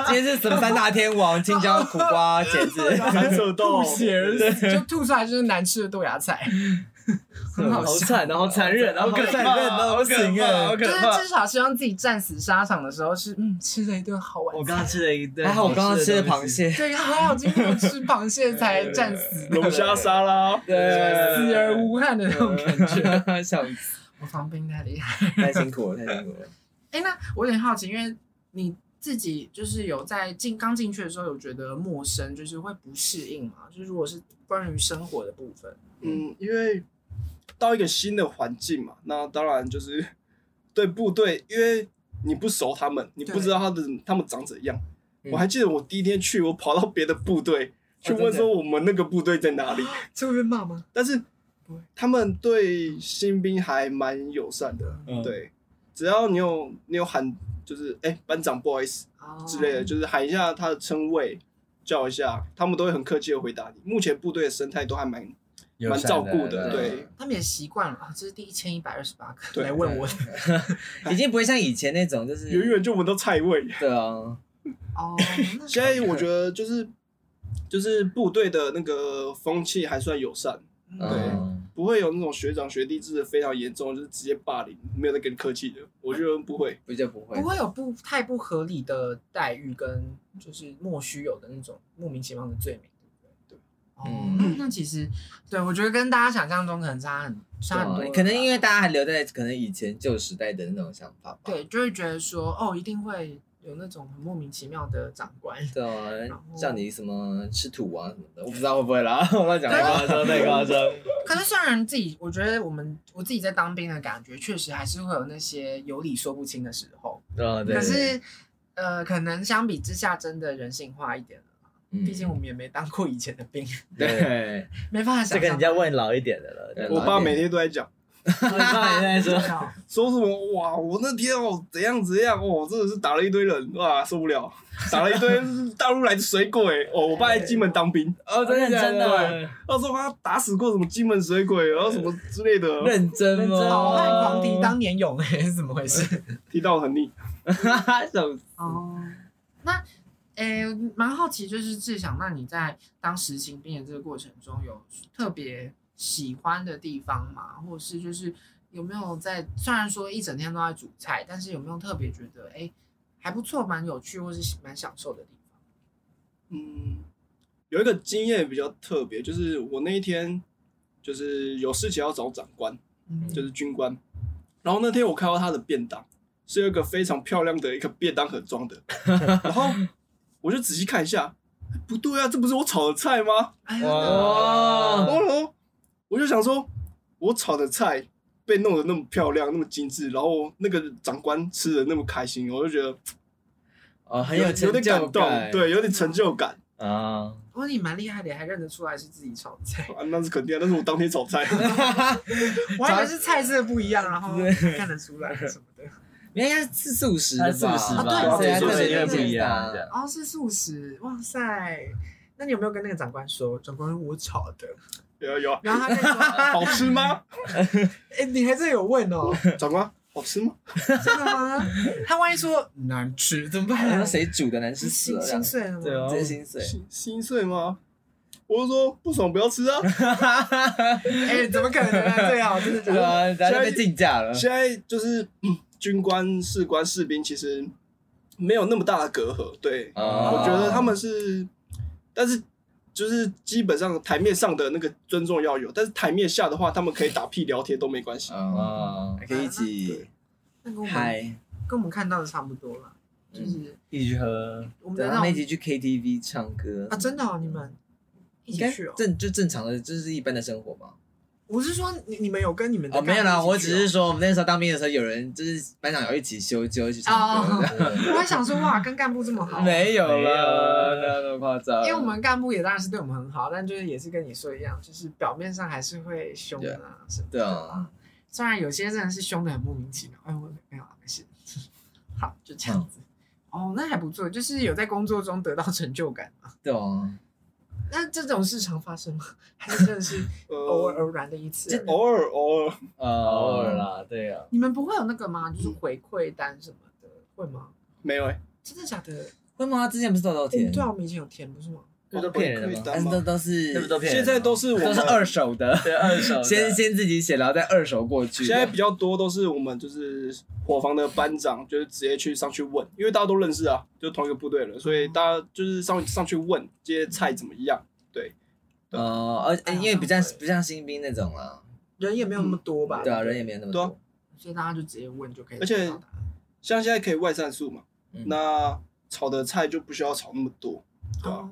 今天是什么三大天王：青椒、苦瓜、茄子。
三色豆
吐，血而死，就吐出来就是难吃的豆芽菜，很好
好
笑。
惨啊，好残忍啊，好可
残忍
哦
啊
好
好可怕好
就是至少希望自己战死沙场的时候是，嗯，吃了一顿好玩
我
的。
刚刚吃了 一顿，
还好啊我刚刚吃的
东
螃
西。
蟹，
对，还好今天有吃螃蟹才战 死，
龙虾沙拉，哦
死而无憾的那种感觉。
觉， 笑死，
我防冰太厉害。
太辛苦了，太辛苦了。
哎、那我有点好奇，因为你自己就是有在进刚进去的时候有觉得陌生，就是会不适应嘛？就是如果是关于生活的部分，
嗯，因为到一个新的环境嘛，那当然就是 对部队，因为你不熟他们，你不知道他的他们长怎样。
嗯
我还记得我第一天去，我跑到别的部队去问说我们那个部队在哪里，
这会被骂吗？
但是
不会
他们对新兵还蛮友善的，
嗯
对，只要你有你有喊就是哎、班长不好意思
哦
之类的，就是喊一下他的称谓，叫一下，他们都会很客气的回答你。目前部队的生态都还蛮蛮照顾的，
对
对，
他们也习惯了啊。这是第一千一百二十八个
对
来问我的
已经不会像以前那种，就是
远远就闻到菜味。
对啊，
哦。那
现在我觉得就是就是部队的那个风气还算友善，
嗯
嗯，
不会有那种学长学弟制的非常严重，就是直接霸凌，没有在跟你客气的。我觉得不会，
比较不会
不。会有不太不合理的待遇跟就是莫须有的那种莫名其妙的罪名，对不对？哦
嗯，
那那其实对我觉得跟大家想象中可能差很
对
差很
啊
多了吧，
可能因为大家还留在可能以前旧时代的那种想法吧。
对，就会觉得说，哦，一定会有那种很莫名其妙的长官。
对啊
后，
叫你什么吃土啊什么的，我不知道会不会啦， 我乱讲
太
话。
夸张，太夸张。
可是虽然自己，我觉得我们我自己在当兵的感觉，确实还是会有那些有理说不清的时候。
哦
啊，对。
可是，呃，可能相比之下，真的人性化一点了。
嗯
毕竟我们也没当过以前的兵，
对，
没办法想
这
象。
个你就要 问老一点的了。
对
对
我
老一
爸
点
每天都在讲，
我爸也在说，
哦
说什么哇，我那天哦怎样怎样哦，真的是打了一堆人哇，受不了， 打了一堆大陆来的水鬼哦。我爸在金门当兵，
哦，真的
认
假
真的，
他说他打死过什么金门水鬼，然后什么之类的，
认真哦
认真
好汉
吗？
狂敌当年勇， 哎，是怎么回事？
提到很腻。
手
哦，那诶，蛮、好奇，就是志祥，那你在当实行兵的这个过程中，有特别喜欢的地方吗？或者是就是有没有在虽然说一整天都在煮菜，但是有没有特别觉得诶还不错，蛮有趣，或是蛮享受的地方？
嗯，有一个经验比较特别，就是我那一天就是有事情要找长官，
嗯，
就是军官。然后那天我看到他的便当，是有一个非常漂亮的一个便当盒装 的，然后我就仔细看一下，不对啊，这不是我炒的菜吗？
哎呀，
然
哦
哇，
后我就想说，我炒的菜被弄得那么漂亮，那么精致，然后那个长官吃的那么开心，我就觉得
哦，很
有
成
点
就
感
感，
动，对，有点成就感
哦
啊，
不过你蛮厉害的，还认得出来是自己炒的菜。
啊，那是肯定啊，那是我当天炒菜。
我还以为是菜色不一样，然后看得出来什么的。
应该是四五十的
他
吧，
四十
吧
啊对，
对
所以
四
还特
十
别
因为不
认识
一样
的啊
哦，是素食，哇塞！那你有没有跟那个长官说，长官我炒的？
有啊有啊，
然后他 就说，
好吃吗？
哎、你还真有问哦，
长官，好吃吗？
真的吗？他万 一说难吃怎么办、
那
啊？
哎谁煮的难吃
是
死
心
了，
心碎了吗？
对啊，
真心碎。
心心碎吗？我就说不爽不要吃啊！
哎、怎么可能啊？对啊，真 的假
对
的？
啊，然后就被竞价了。
现在就是、 嗯军官、士官、士兵其实没有那么大的隔阂，对，
啊
我觉得他们是，但是就是基本上台面上的那个尊重要有，但是台面下的话，他们可以打屁聊天都没关系。
啊，还可以一起
那跟我们
嗨，嗯
跟我们看到的差不多了，就是
一起去喝，
我们
对，啊他
的那
们一
种
起去 KTV 唱歌
啊，真的哦，你们一
应
起
该
去哦。
正就正常的，就是一般的生活嘛。
我是说你你们有跟你们的
哦，没有啦，
干部
我
一起去
只
哦
是说我们那时候当兵的时候，有人就是班长有一起修纠一起唱歌
哦，我还想说哇，跟干部这么好，
没有
没有
了，没有那么夸张。
因为我们干部也当然是对我们很好，但就是也是跟你说一样，就是表面上还是会凶啊什么
对
的
啊
啊。
嗯
虽然有些真的是凶的很莫名其妙，哎，我没有啊，没事。好，就这样子。哦，那还不错，就是有在工作中得到成就感。
对啊，
那这种事常发生吗？ 还是真的是偶尔偶然的一次而已？
呃偶尔偶尔，
呃，
偶尔，啦，对啊，
你们不会有那个吗？就是回馈单什么的，会吗？
没有哎，
真的假的？
会吗？之前不是都有填，
对啊，我们以前有填不是吗？
那都骗人的吗？
单
但是
吗
都都是
那不都骗人
现
的吗？
在都是我
都
们
是二手的，
对二手的
先先自己写，然后再二手过去。
现在比较多都是我们就是伙房的班长，就是直接去上去问，因为大家都认识啊，就同一个部队了，所以大家就是上上去问这些菜怎么样。
呃，而且因为不像不像新兵那种啦，
人也没有那么多吧？
对啊，人也没有那么
对啊
多。
所以大家就直接问就可以
而
得
且
到答案。
像现在可以外散素嘛，
嗯
那炒的菜就不需要炒那么多，对啊
哦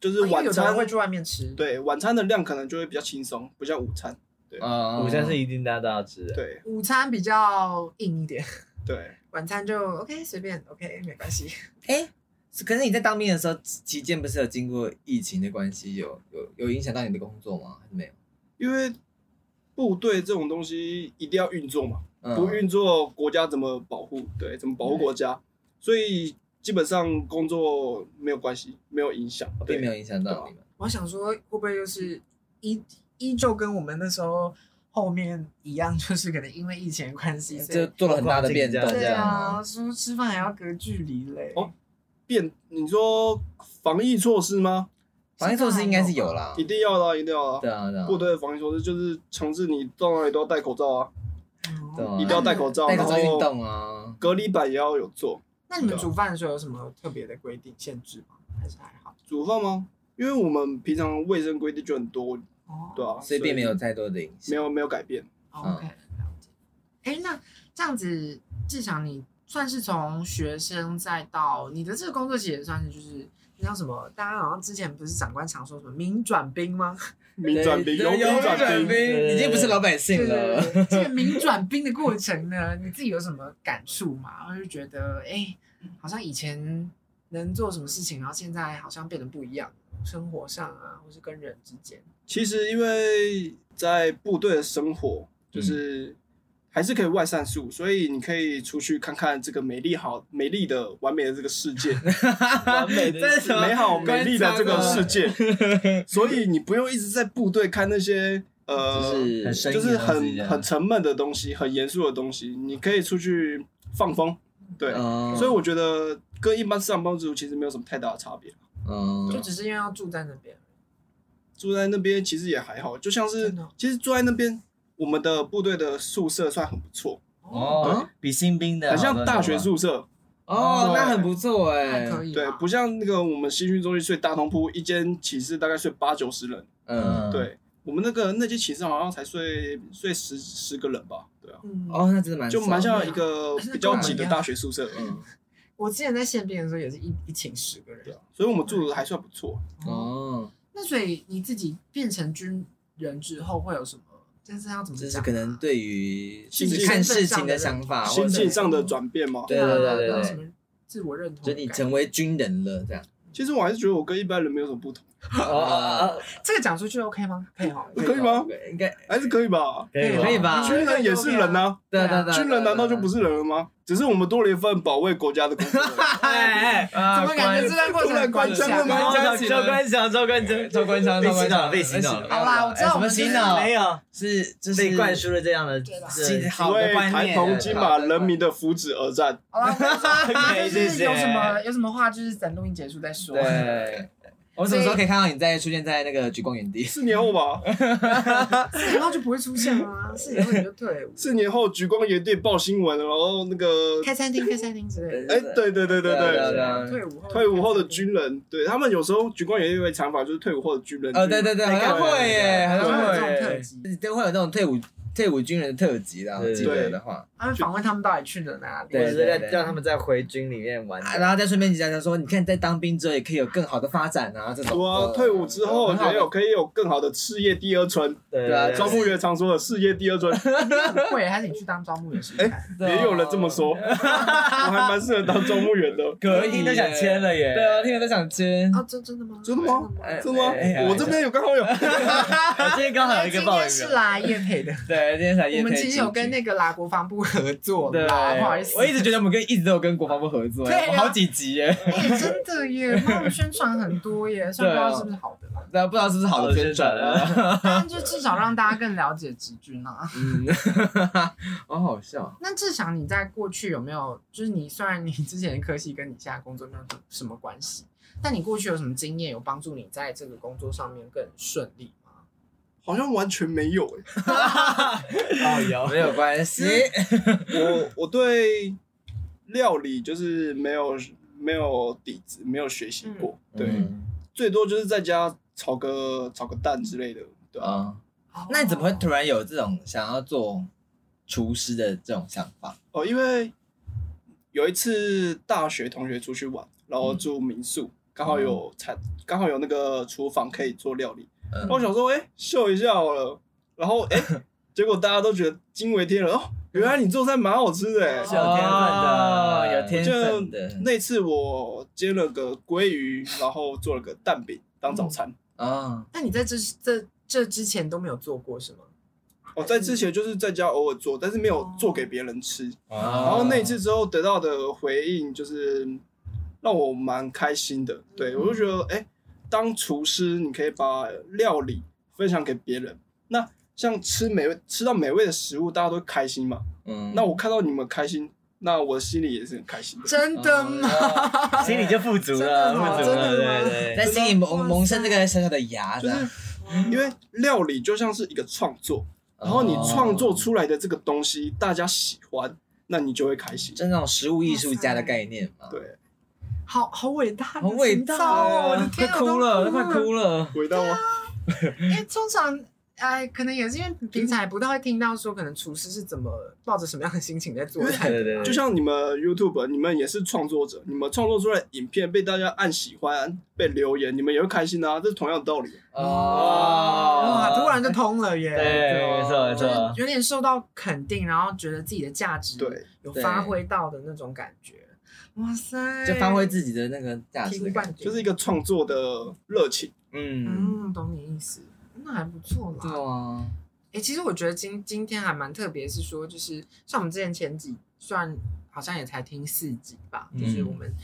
就是
因为
晚
有的人
餐
会去外面吃，，
对晚餐的量可能就会比较轻松，不像午餐。
呃，
午餐是一定大家都要吃的，
对
午餐比较硬一点，
对，
晚餐就 OK 随便 OK 没关系。
哎，是可是你在当兵的时候期间，不是有经过疫情的关系，有有有影响到你的工作吗？还是没有？
因为部队这种东西一定要运作嘛，
嗯
不运作，国家怎么保护？对，怎么保护国家？所以基本上工作没有关系，没有影响，对
并没有影响到你们。
我想说会不会就是依依旧跟我们那时候后面一样，就是可能因为疫情的关系，所
呃就
以
做了很大的变动，
这
对
这样
啊，说吃饭还要隔距离嘞。
哦变。你说防疫措施吗？
防疫措施应该是有啦
一。定要的啊、一定要的
对
啊、
啊，对啊，
部队的防疫措施就是强制你到哪里都要戴口罩啊，
嗯
对啊
一定要戴口罩，
戴口罩
然后
运动啊。
隔离板也要有做。
那你们煮饭的时候有什么特别的规定限制吗？还是还好？
煮饭吗？因为我们平常卫生规定就很多，
哦，
对啊，
所以并没有太多的影
没
响。
有没有改变。
哦 OK，了解。哎，那这样子，志强，你算是从学生再到你的这个工作，其实也算是就是那叫什么？大家好像之前不是长官常说什么“民转兵”吗？
民转兵，有民转兵，
已经不是老百姓了。
对这个民转兵的过程呢，你自己有什么感触吗？我就觉得，哎、好像以前能做什么事情，然后现在好像变得不一样，生活上啊，或是跟人之间。
其实因为在部队的生活，
嗯
就是还是可以外散素，所以你可以出去看看这个美丽好美丽的完美的这个世 界，
完美的
这是什么
美好美丽的这个世界， 所以你不用一直在部队看那些呃，
就是
很深
就
意
是
的东西
很
这样
很沉闷的东西，很严肃的东西，你可以出去放风，对，
嗯
所以我觉得跟一般上班族其实没有什么太大的差别。
嗯
就只是因为要住在那边，
住在那边其实也还好，就像是
真的哦
其实住在那边，我们的部队的宿舍算很不错，
哦，比新兵的
很
好
像
多
大
多
学
了
宿舍，
哦，
对
那很不错哎
还。可以啊
对，
吧
不像那个我们新训中心睡大通铺，一间寝室大概睡八九十人，
嗯，
对我们那个那间寝室好像才睡睡十十个人吧，对啊，
嗯，
哦，那真的蛮
就蛮像
爽的
一
啊
个比较挤的大学宿舍而已，
嗯
我之前在宪兵的时候也是一一寝十个人。
所以我们住的还算不错。
啊
哦，
哦，
那所以你自己变成军人之后会有什么？但是要怎么
就
讲啊？
是可能对于
心
就是
境
看事情的想法，
心
或者
境上的转变嘛，
啊对对对对
啊
对
什么自我认同
就
的
是你
感觉？
成为军人了这样。
其实我还是觉得我跟一般人没有什么不同，
哦哦哦，
这个讲出去 OK 吗？可以哈。
可以吗？
应该
还是可以吧？
可以
可以吧？
军人也是人啊，
对啊对啊对啊，
军人难道就不
是？
是人了吗？只是我们多了一份保卫国家的工作而已。
哎哎，
怎
怎
么感觉这段过程很关
啊突然关枪
键
了
啊
吗？
赵官祥，啊哎赵官祥，
赵官腔，
被
赵
洗
官
脑，
腔
哎被洗脑，
好啦我知道
哎
我们
什么洗
脑
没有
是就是
被灌输了这样的
对啦
洗
这
好
为
的观
谈
念，
同金马人民的福祉而战。
啊好了，
可
就
以谢
是
谢
有什么有什么话，就是等录音结束再说。
对。我们什么时候可以看到你再出现在那个举光原地？
四年后吧，
四年后就不会出现了啊，四年后你就退伍，
四年后举光原地报新闻，然后那个，
开餐厅、开餐厅之类的。
哎，对对对对对，
啊
对，
退伍后，
退伍后的军人，对他们有时候举光原地被采访，就是退伍后的军人。
呃，对对对，好像会耶，好
好像
像
有
会
这种特
耶，
辑，
都会有那种退伍退伍军人的特辑啦，我记得的话，
他啊们访问他们到底去了哪里
对。
对对哎对，让他们再回军里面玩。
啊然后再顺便讲讲说，你看在当兵之后也可以有更好的发展啊，这种。哦
对啊，退伍之后
很好
也有可以有更好的事业第二春，
对
对啊
招募员常说的事业第二春，
很贵，还是你去当招募员
哎
试试看？
对啊
也有人这么 说，我还蛮适合当招募员的。
可以
听都想签了耶。
对啊，听了都想签。
哦，真真的吗？
真的吗
哎
是吗
哎呀？
我这边有刚好有，
我今天刚好有一个
哦
今
报
天
名
是
表，
来叶培的，
对啊对，今天才
我们其实有跟那个啦国防部合作
对，
啦，不好意思，
我一直觉得我们跟一直都有跟国防部合作，哎我
对啊
好几集耶，
哎真的 耶，帮我们宣传很多
啊
耶，虽然不知道是不是好的啦，
那不知道是不是好的宣传啊了。
但就至少让大家更了解直军啊。
嗯， 好好笑。
那志祥，你在过去有没有，就是你虽然你之前的科系跟你现在工作没有什么关系，但你过去有什么经验有帮助你在这个工作上面更顺利吗？
好像完全没有诶、欸
哦，有
没有关系，
我我对料理就是没有没有底子，没有学习过，
嗯
对，
嗯
最多就是在家炒个炒个蛋之类的，对吧、
啊，
哦
那你怎么会突然有这种想要做厨师的这种想法？
哦，因为有一次大学同学出去玩，然
嗯
后住民宿，刚、好有餐，刚好有那个厨房可以做料理，
嗯
然后我想说，哎、秀一下好了，然后 哎、结果大家都觉得惊为天人哦，原来你做菜蛮好吃 的、
是
欸。
有天分
哦
的，
有天
就
分的
那次我煎了个鲑鱼，然后做了个蛋饼当早餐。
啊，
那你在这这这之前都没有做过是吗？
哦，在之前就是在家偶尔做，但是没有做给别人吃。然
嗯
后那一次之后得到的回应就是让我蛮开心的，对我就觉得，哎、当厨师你可以把料理分享给别人，那像吃美味吃到美味的食物，大家都开心嘛。
嗯
那我看到你们开心，那我心里也是很开心的。
真的吗？
心里就富足了，
真的吗
富足了，
真的吗
对对
哦在
对。
心里萌萌生这个小小的啊芽，
就
这
是
样
因为料理就像是一个创作，然后你创作出来的这个东西大家喜欢，那你就会开心。
就那种食物艺术家的概念嘛，
对，
好好伟大的
好伟
情
大
操哦！我的
啊，快
天啊，
哭了，
我都
快哭了，
味道吗？
因为通常，哎，可能也是因为平常也不太会听到说，可能厨师是怎么抱着什么样的心情在做菜
对
的。
对对，
就像你们 YouTube，你们也是创作者，你们创作出来的影片被大家按喜欢、被留言，你们也会开心啊，这是同样的道理。
哇，
哇
突然就通了耶！哦
哦对，没错没
啊
错，
有点受到肯定，然后觉得自己的价值
对
有发挥到的那种感觉。哇塞，
就发挥自己的那个价
醍
值的感觉，
醐灌顶，
就是一个创作的热情。
嗯，
嗯，懂你意思，那还不错啦。
对啊，
哎、其实我觉得今今天还蛮特别，是说就是像我们之前前几，虽然好像也才听四集吧，就是
嗯
我们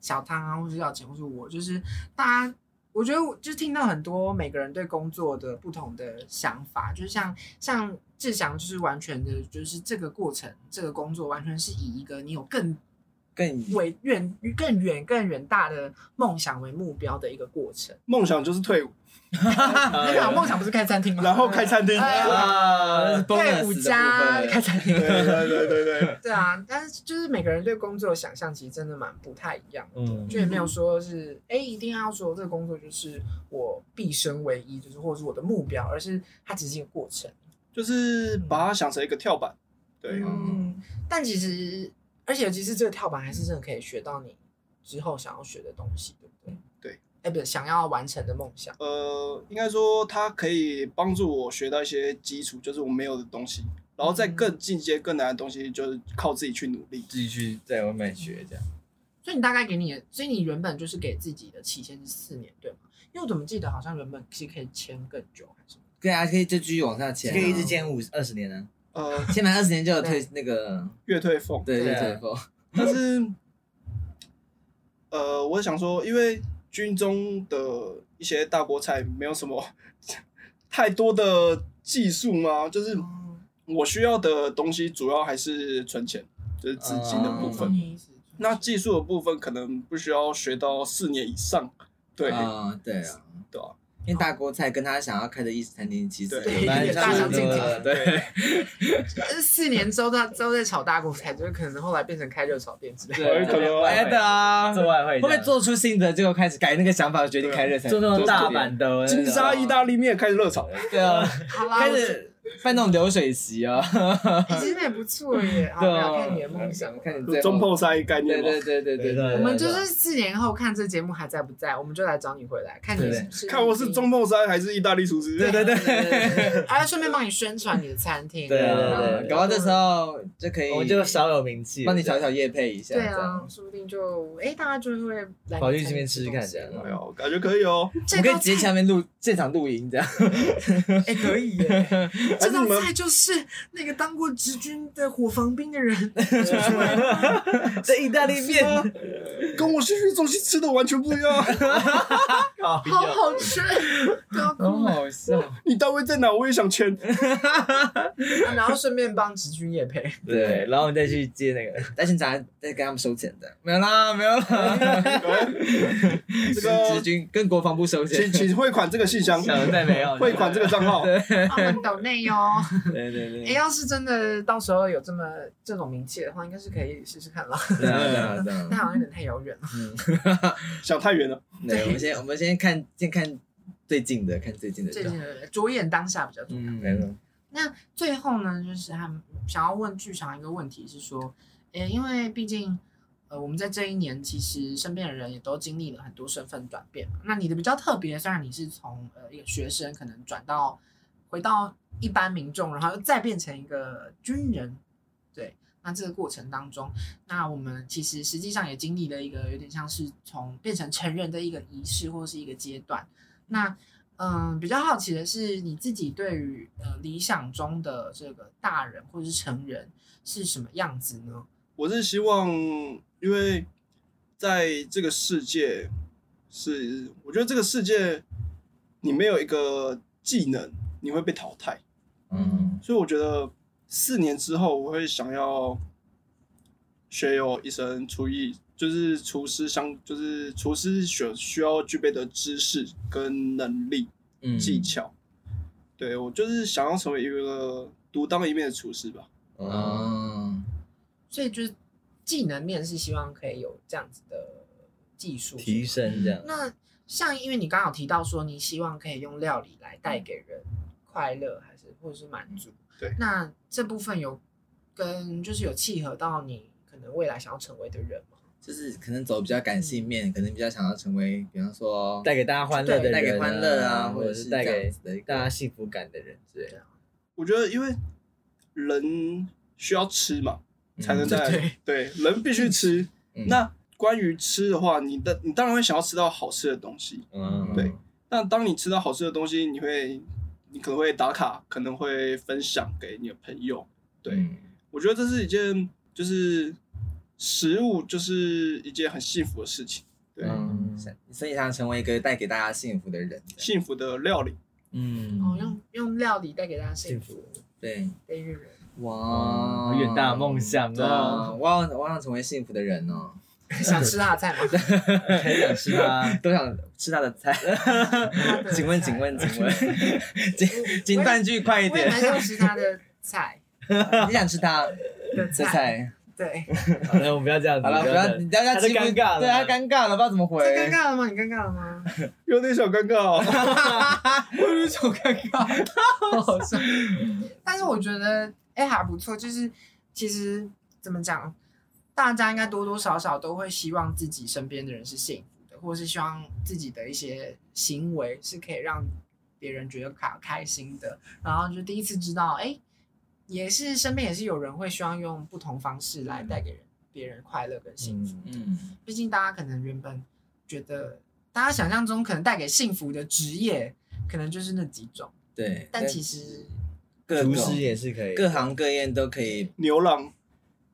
小汤啊，或是要钱，或是我，就是大家，我觉得我就听到很多每个人对工作的不同的想法，就是像像志祥，就是完全的，就是这个过程，这个工作完全是以一个你有更
更
为远更远更远大的梦想为目标的一个过程。
梦想就是退伍，
呃
你想梦想不是开餐厅吗？
然后开餐厅。
哎呀
啊，那是
对五
bonus
家
的部
开
分，
餐厅
对。对对对对，
对啊，但是就是每个人对工作的想象其实真的蛮不太一样，
嗯，
就也没有说是哎、诶一定要说这个工作就是我毕生唯一，就是或者是我的目标，而是它只是一个过程。
就是把它想成一个跳板。对，啊
嗯，但其实而且其实这个跳板还是真的可以学到你之后想要学的东西，对不对？
对，
哎、不是想要完成的梦想。
呃，应该说它可以帮助我学到一些基础，就是我没有的东西，然后再更进阶、更难的东西，就是靠自己去努力。
自己去在外面学这样，
所以你大概给你的，所以你原本就是给自己的期限是四年，对吗？因为我怎么记得好像原本是可以签更久还是什么？
对啊，可以就继续往下潜啊，
可以一直坚五二十年啊呢。
呃，
签满二十年就有退那个，
月退俸。
对对
对啊
对，不
但是，呃，我想说，因为军中的一些大锅菜没有什么 太多的技术嘛，就是我需要的东西主要还是存钱，就是资金的部分。
嗯
意思。
那技术的部分可能不需要学到四年以上，对、
啊，对啊。
对啊
因为大锅菜跟他想要开的意式餐厅其实
对
有蛮
有大相径庭
的对
呃四年之后，大之后再炒大锅菜，就是可能后来变成开热炒店之类的。
有可能啊
哎对啊，
做
会
外汇
不
这
会
样，
做出新的，结果开始改那个想法，决
啊
定开热菜，
做那种大阪的那种
金沙意大利面开始热炒，
对啊，
好啦，
开
我觉
始办那种流水席 啊，
得哎其实也不错耶。好，
对
不
啊
要看你的梦想。
看你最后
中泡塞概念
对
嘛。
对对对对
对啊
我
对，
们就是四年后看这节目还在不在，我们就来找你回来，看你是不是
看我是中，泡塞还是意大利厨师？对对对，
还要顺便帮你宣传你的 餐厅。
对
啊
对对
搞到这时候就可以，
我们就少有名气了，
帮你小小夜配一下，
对
这
啊
样，，
说不定就哎，大家就会来
跑去
你餐
这
厅
边吃吃看
东西
这样
哎呦，感觉可以哦。
我
这
们可以
道
直接
菜
下面录现场录音这样，
哎，可以耶！
还
这
是你
道
们
菜就是那个当过职军的火防兵的人
这意大利面，
跟我去中西吃的完全不一样。
好好吃，啊不要
哦
哭了。
好笑。
你单位在哪？我也想签。
然后顺便帮职军也配，
对，然后你再去接那 个，
但警察在跟他们收钱的，没有啦，没有啦，
这个
直军跟国防部收
请
钱，
请汇款这个信箱，
想得太 美好了
汇款这个账号。
帮我们抖内哟。
对对对
哎，要是真的到时候有这么这种名气的话，应该是可以试试看啦。
对啊，对啊，对啊
但。好像有点太遥远了。
想太远了，
对，我们先我们先看先看最近的，看最近的就
最
好。
近的着眼当下比较重要。
嗯，没错。
那最后呢，就是他们想要问剧场一个问题是说，呃，因为毕竟呃我们在这一年，其实身边的人也都经历了很多身份转变嘛。那你的比较特别，虽然你是从呃一个学生可能转到回到一般民众，然后又再变成一个军人，对。那这个过程当中，那我们其实实际上也经历了一个有点像是从变成成人的一个仪式或是一个阶段。那嗯，比较好奇的是，你自己对于呃理想中的这个大人或者是成人是什么样子呢？
我是希望，因为在这个世界是，我觉得这个世界你没有一个技能，你会被淘汰。
嗯，
所以我觉得四年之后，我会想要学有一身厨艺，就是厨师相，就是厨师学需要具备的知识跟能力、
嗯
技巧。对我就是想要成为一个独当一面的厨师吧。
哦，
所以就是技能面是希望可以有这样子的技术
提
是
升这样
吗。。那像因为你刚好提到说，你希望可以用料理来带给人快乐，还是或者是满足？
对
那这部分有跟就是有契合到你可能未来想要成为的人吗？
就是可能走比较感性面，可能比较想要成为，比方说
带给大家欢乐的人、
带给欢乐啊，
啊，
或
或
者
者
是
是带
这样
给
子的一个
大家幸福感的人之类的。
我觉得因为人需要吃嘛，
嗯
才能在、对人必须吃。
嗯
那关于吃的话，你的你当然会想要吃到好吃的东西。
嗯，
对那当你吃到好吃的东西，你会你可能会打卡，可能会分享给你的朋友。对、
嗯
我觉得这是一件就是食物就是一件很幸福的事情。对，
嗯，所以想成为一个带给大家幸福的人。
幸福的料理。
嗯
哦，用用料理带给大家幸
幸
福
对，
的一个人。
哇，
远大的梦想
对啊！
啊！
我想我想成为幸福的人哦，
想吃他的菜吗？
很想吃 啊！
都想吃他的菜。 请问，请问， 请问，请请断句快一
我也
点
蛮。想吃他的菜
你想吃他 的
的菜，
菜？
对，
好了，我们不要这样子，
好了，不要，
这
你不要
他
要
都
欺负，
尴尬了
对他尴尬了，不知道怎么回。
这尴尬了吗？你尴尬了吗？
有点小尴尬、 哦，
我有一种尴尬。
但是我觉得，哎，还不错，就是其实怎么讲，大家应该多多少少都会希望自己身边的人是幸福的，或是希望自己的一些行为是可以让别人觉得开开心的。然后就第一次知道，哎，也是身边也是有人会希望用不同方式来带给人别人快乐跟幸福。
嗯，
毕竟大家可能原本觉得，大家想象中可能带给幸福的职业，可能就是那几种，
对。
但其实
各
厨
种
师也是可以，
各行各业都可以。
牛郎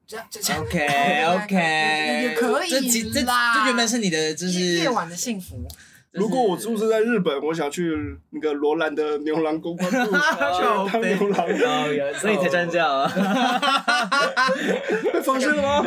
这这这 啊
OK OK，
也可以
这其这
啦
这原本是你的，就是
夜夜晚的幸福，
如果我出生在日本，我想去那个罗兰的牛郎公关 部
靠
当
北
牛郎，
哦，原来所以才穿这样啊！
被发现了吗？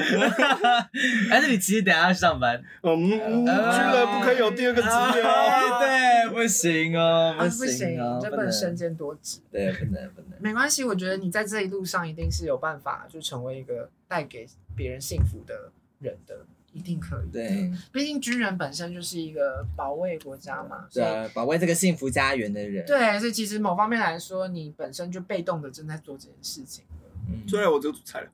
还是你其实等一下要去上班？
嗯， 居然不可以有第二个职业哦。
对，不行哦
啊不行
哦，
这
不
不能
能
身兼多职。
对，不能不能。
没关系，我觉得你在这一路上一定是有办法，就成为一个带给别人幸福的人的，一定可以。
对，
毕竟军人本身就是一个保卫国家嘛，
对
所以
啊，保卫这个幸福家园的人。
对，所以其实某方面来说，你本身就被动的正在做这件事情了。
嗯，
虽然我这个主菜了，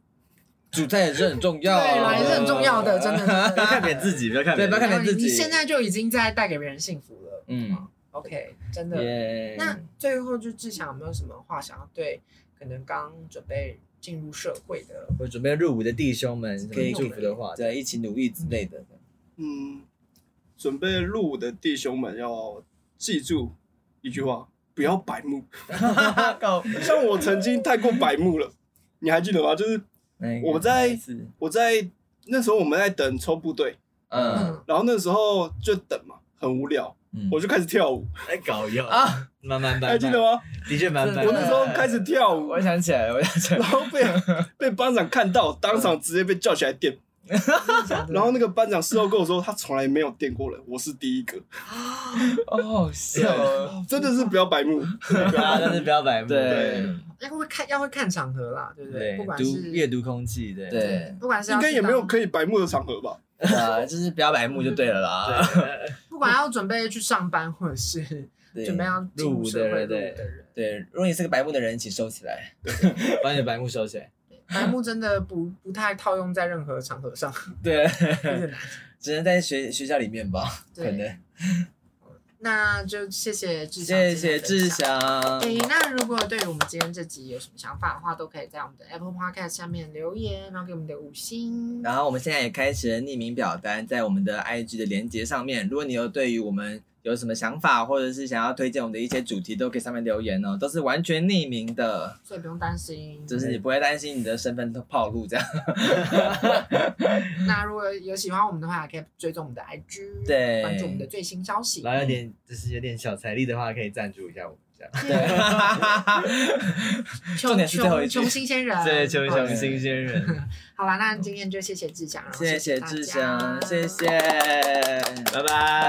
主菜也是很重要，啊
对啦，也是很重要的，真的。真的
不要看扁自己，不要看
对，
扁
不要看扁自己。
你现在就已经在带给别人幸福了。
嗯，
OK，真的。
耶，
那最后就志强有没有什么话想要对可能刚准备进入社会的？
我准备入伍的弟兄们，
可以
祝福的话，
对，一起努力之类 的。
嗯，准备入伍的弟兄们要记住一句话：不要白目。
狗，
像我曾经太过白目了，你还记得吗？就是
那个
我在
是
我在那时候我们在等抽部队，
嗯
然后那时候就等嘛，很无聊，
嗯
我就开始跳舞，
在搞药啊，
啊，
慢慢搬，
还记得？吗？
的确蛮搬
我。 那时候开始跳舞
哦我，想起来了，我想起来
然
了，
后被被班长看到，当场直接被叫起来电。然后那个班长事后跟我说，他从来没有电过人，我是第一个，
哦，好笑哦，
真的是不要白目。真的不要
啊，
白
但
目
是不要白目，
对
要会看要会看场合啦，对不对？
对
不，管
读
是
阅读空气，对
对
不管是要
应该也没有
去当
可以白目的场合吧？
啊，就是不要白目就对了啦，
不管要准备去上班，或者是
对
准备要进入社会
入伍的人
入伍的人，
对，如果你是个白目的人，请收起来。
把你的白目收起来。
白目真的不不太套用在任何场合上，
对，
有点难。
只能在学学校里面吧， 可
对
能。
那就谢谢志祥，
谢谢志。祥，
诶，那如果对于我们今天这集有什么想法的话，都可以在我们的 Apple Podcast 下面留言，然后给我们的五星。
然后我们现在也开启了匿名表单，在我们的 IG 的连接上面，如果你有对于我们有什么想法，或者是想要推荐我们的一些主题，都可以上面留言哦，都是完全匿名的，
所以不用担心。
就是你不会担心你的身份都暴露这样。
那如果有喜欢我们的话，也可以追踪我们的 IG，
对
关注我们的最新消息。
然后有点就是有点小财力的话，可以赞助一下我们这样。
对， 重点是最后一句
穷穷新 鲜人，
对，求一
不好
下
意思
新鲜人，
好啦，那今天就谢谢志祥，然后
谢谢
大
志
家
祥，谢谢，
拜拜。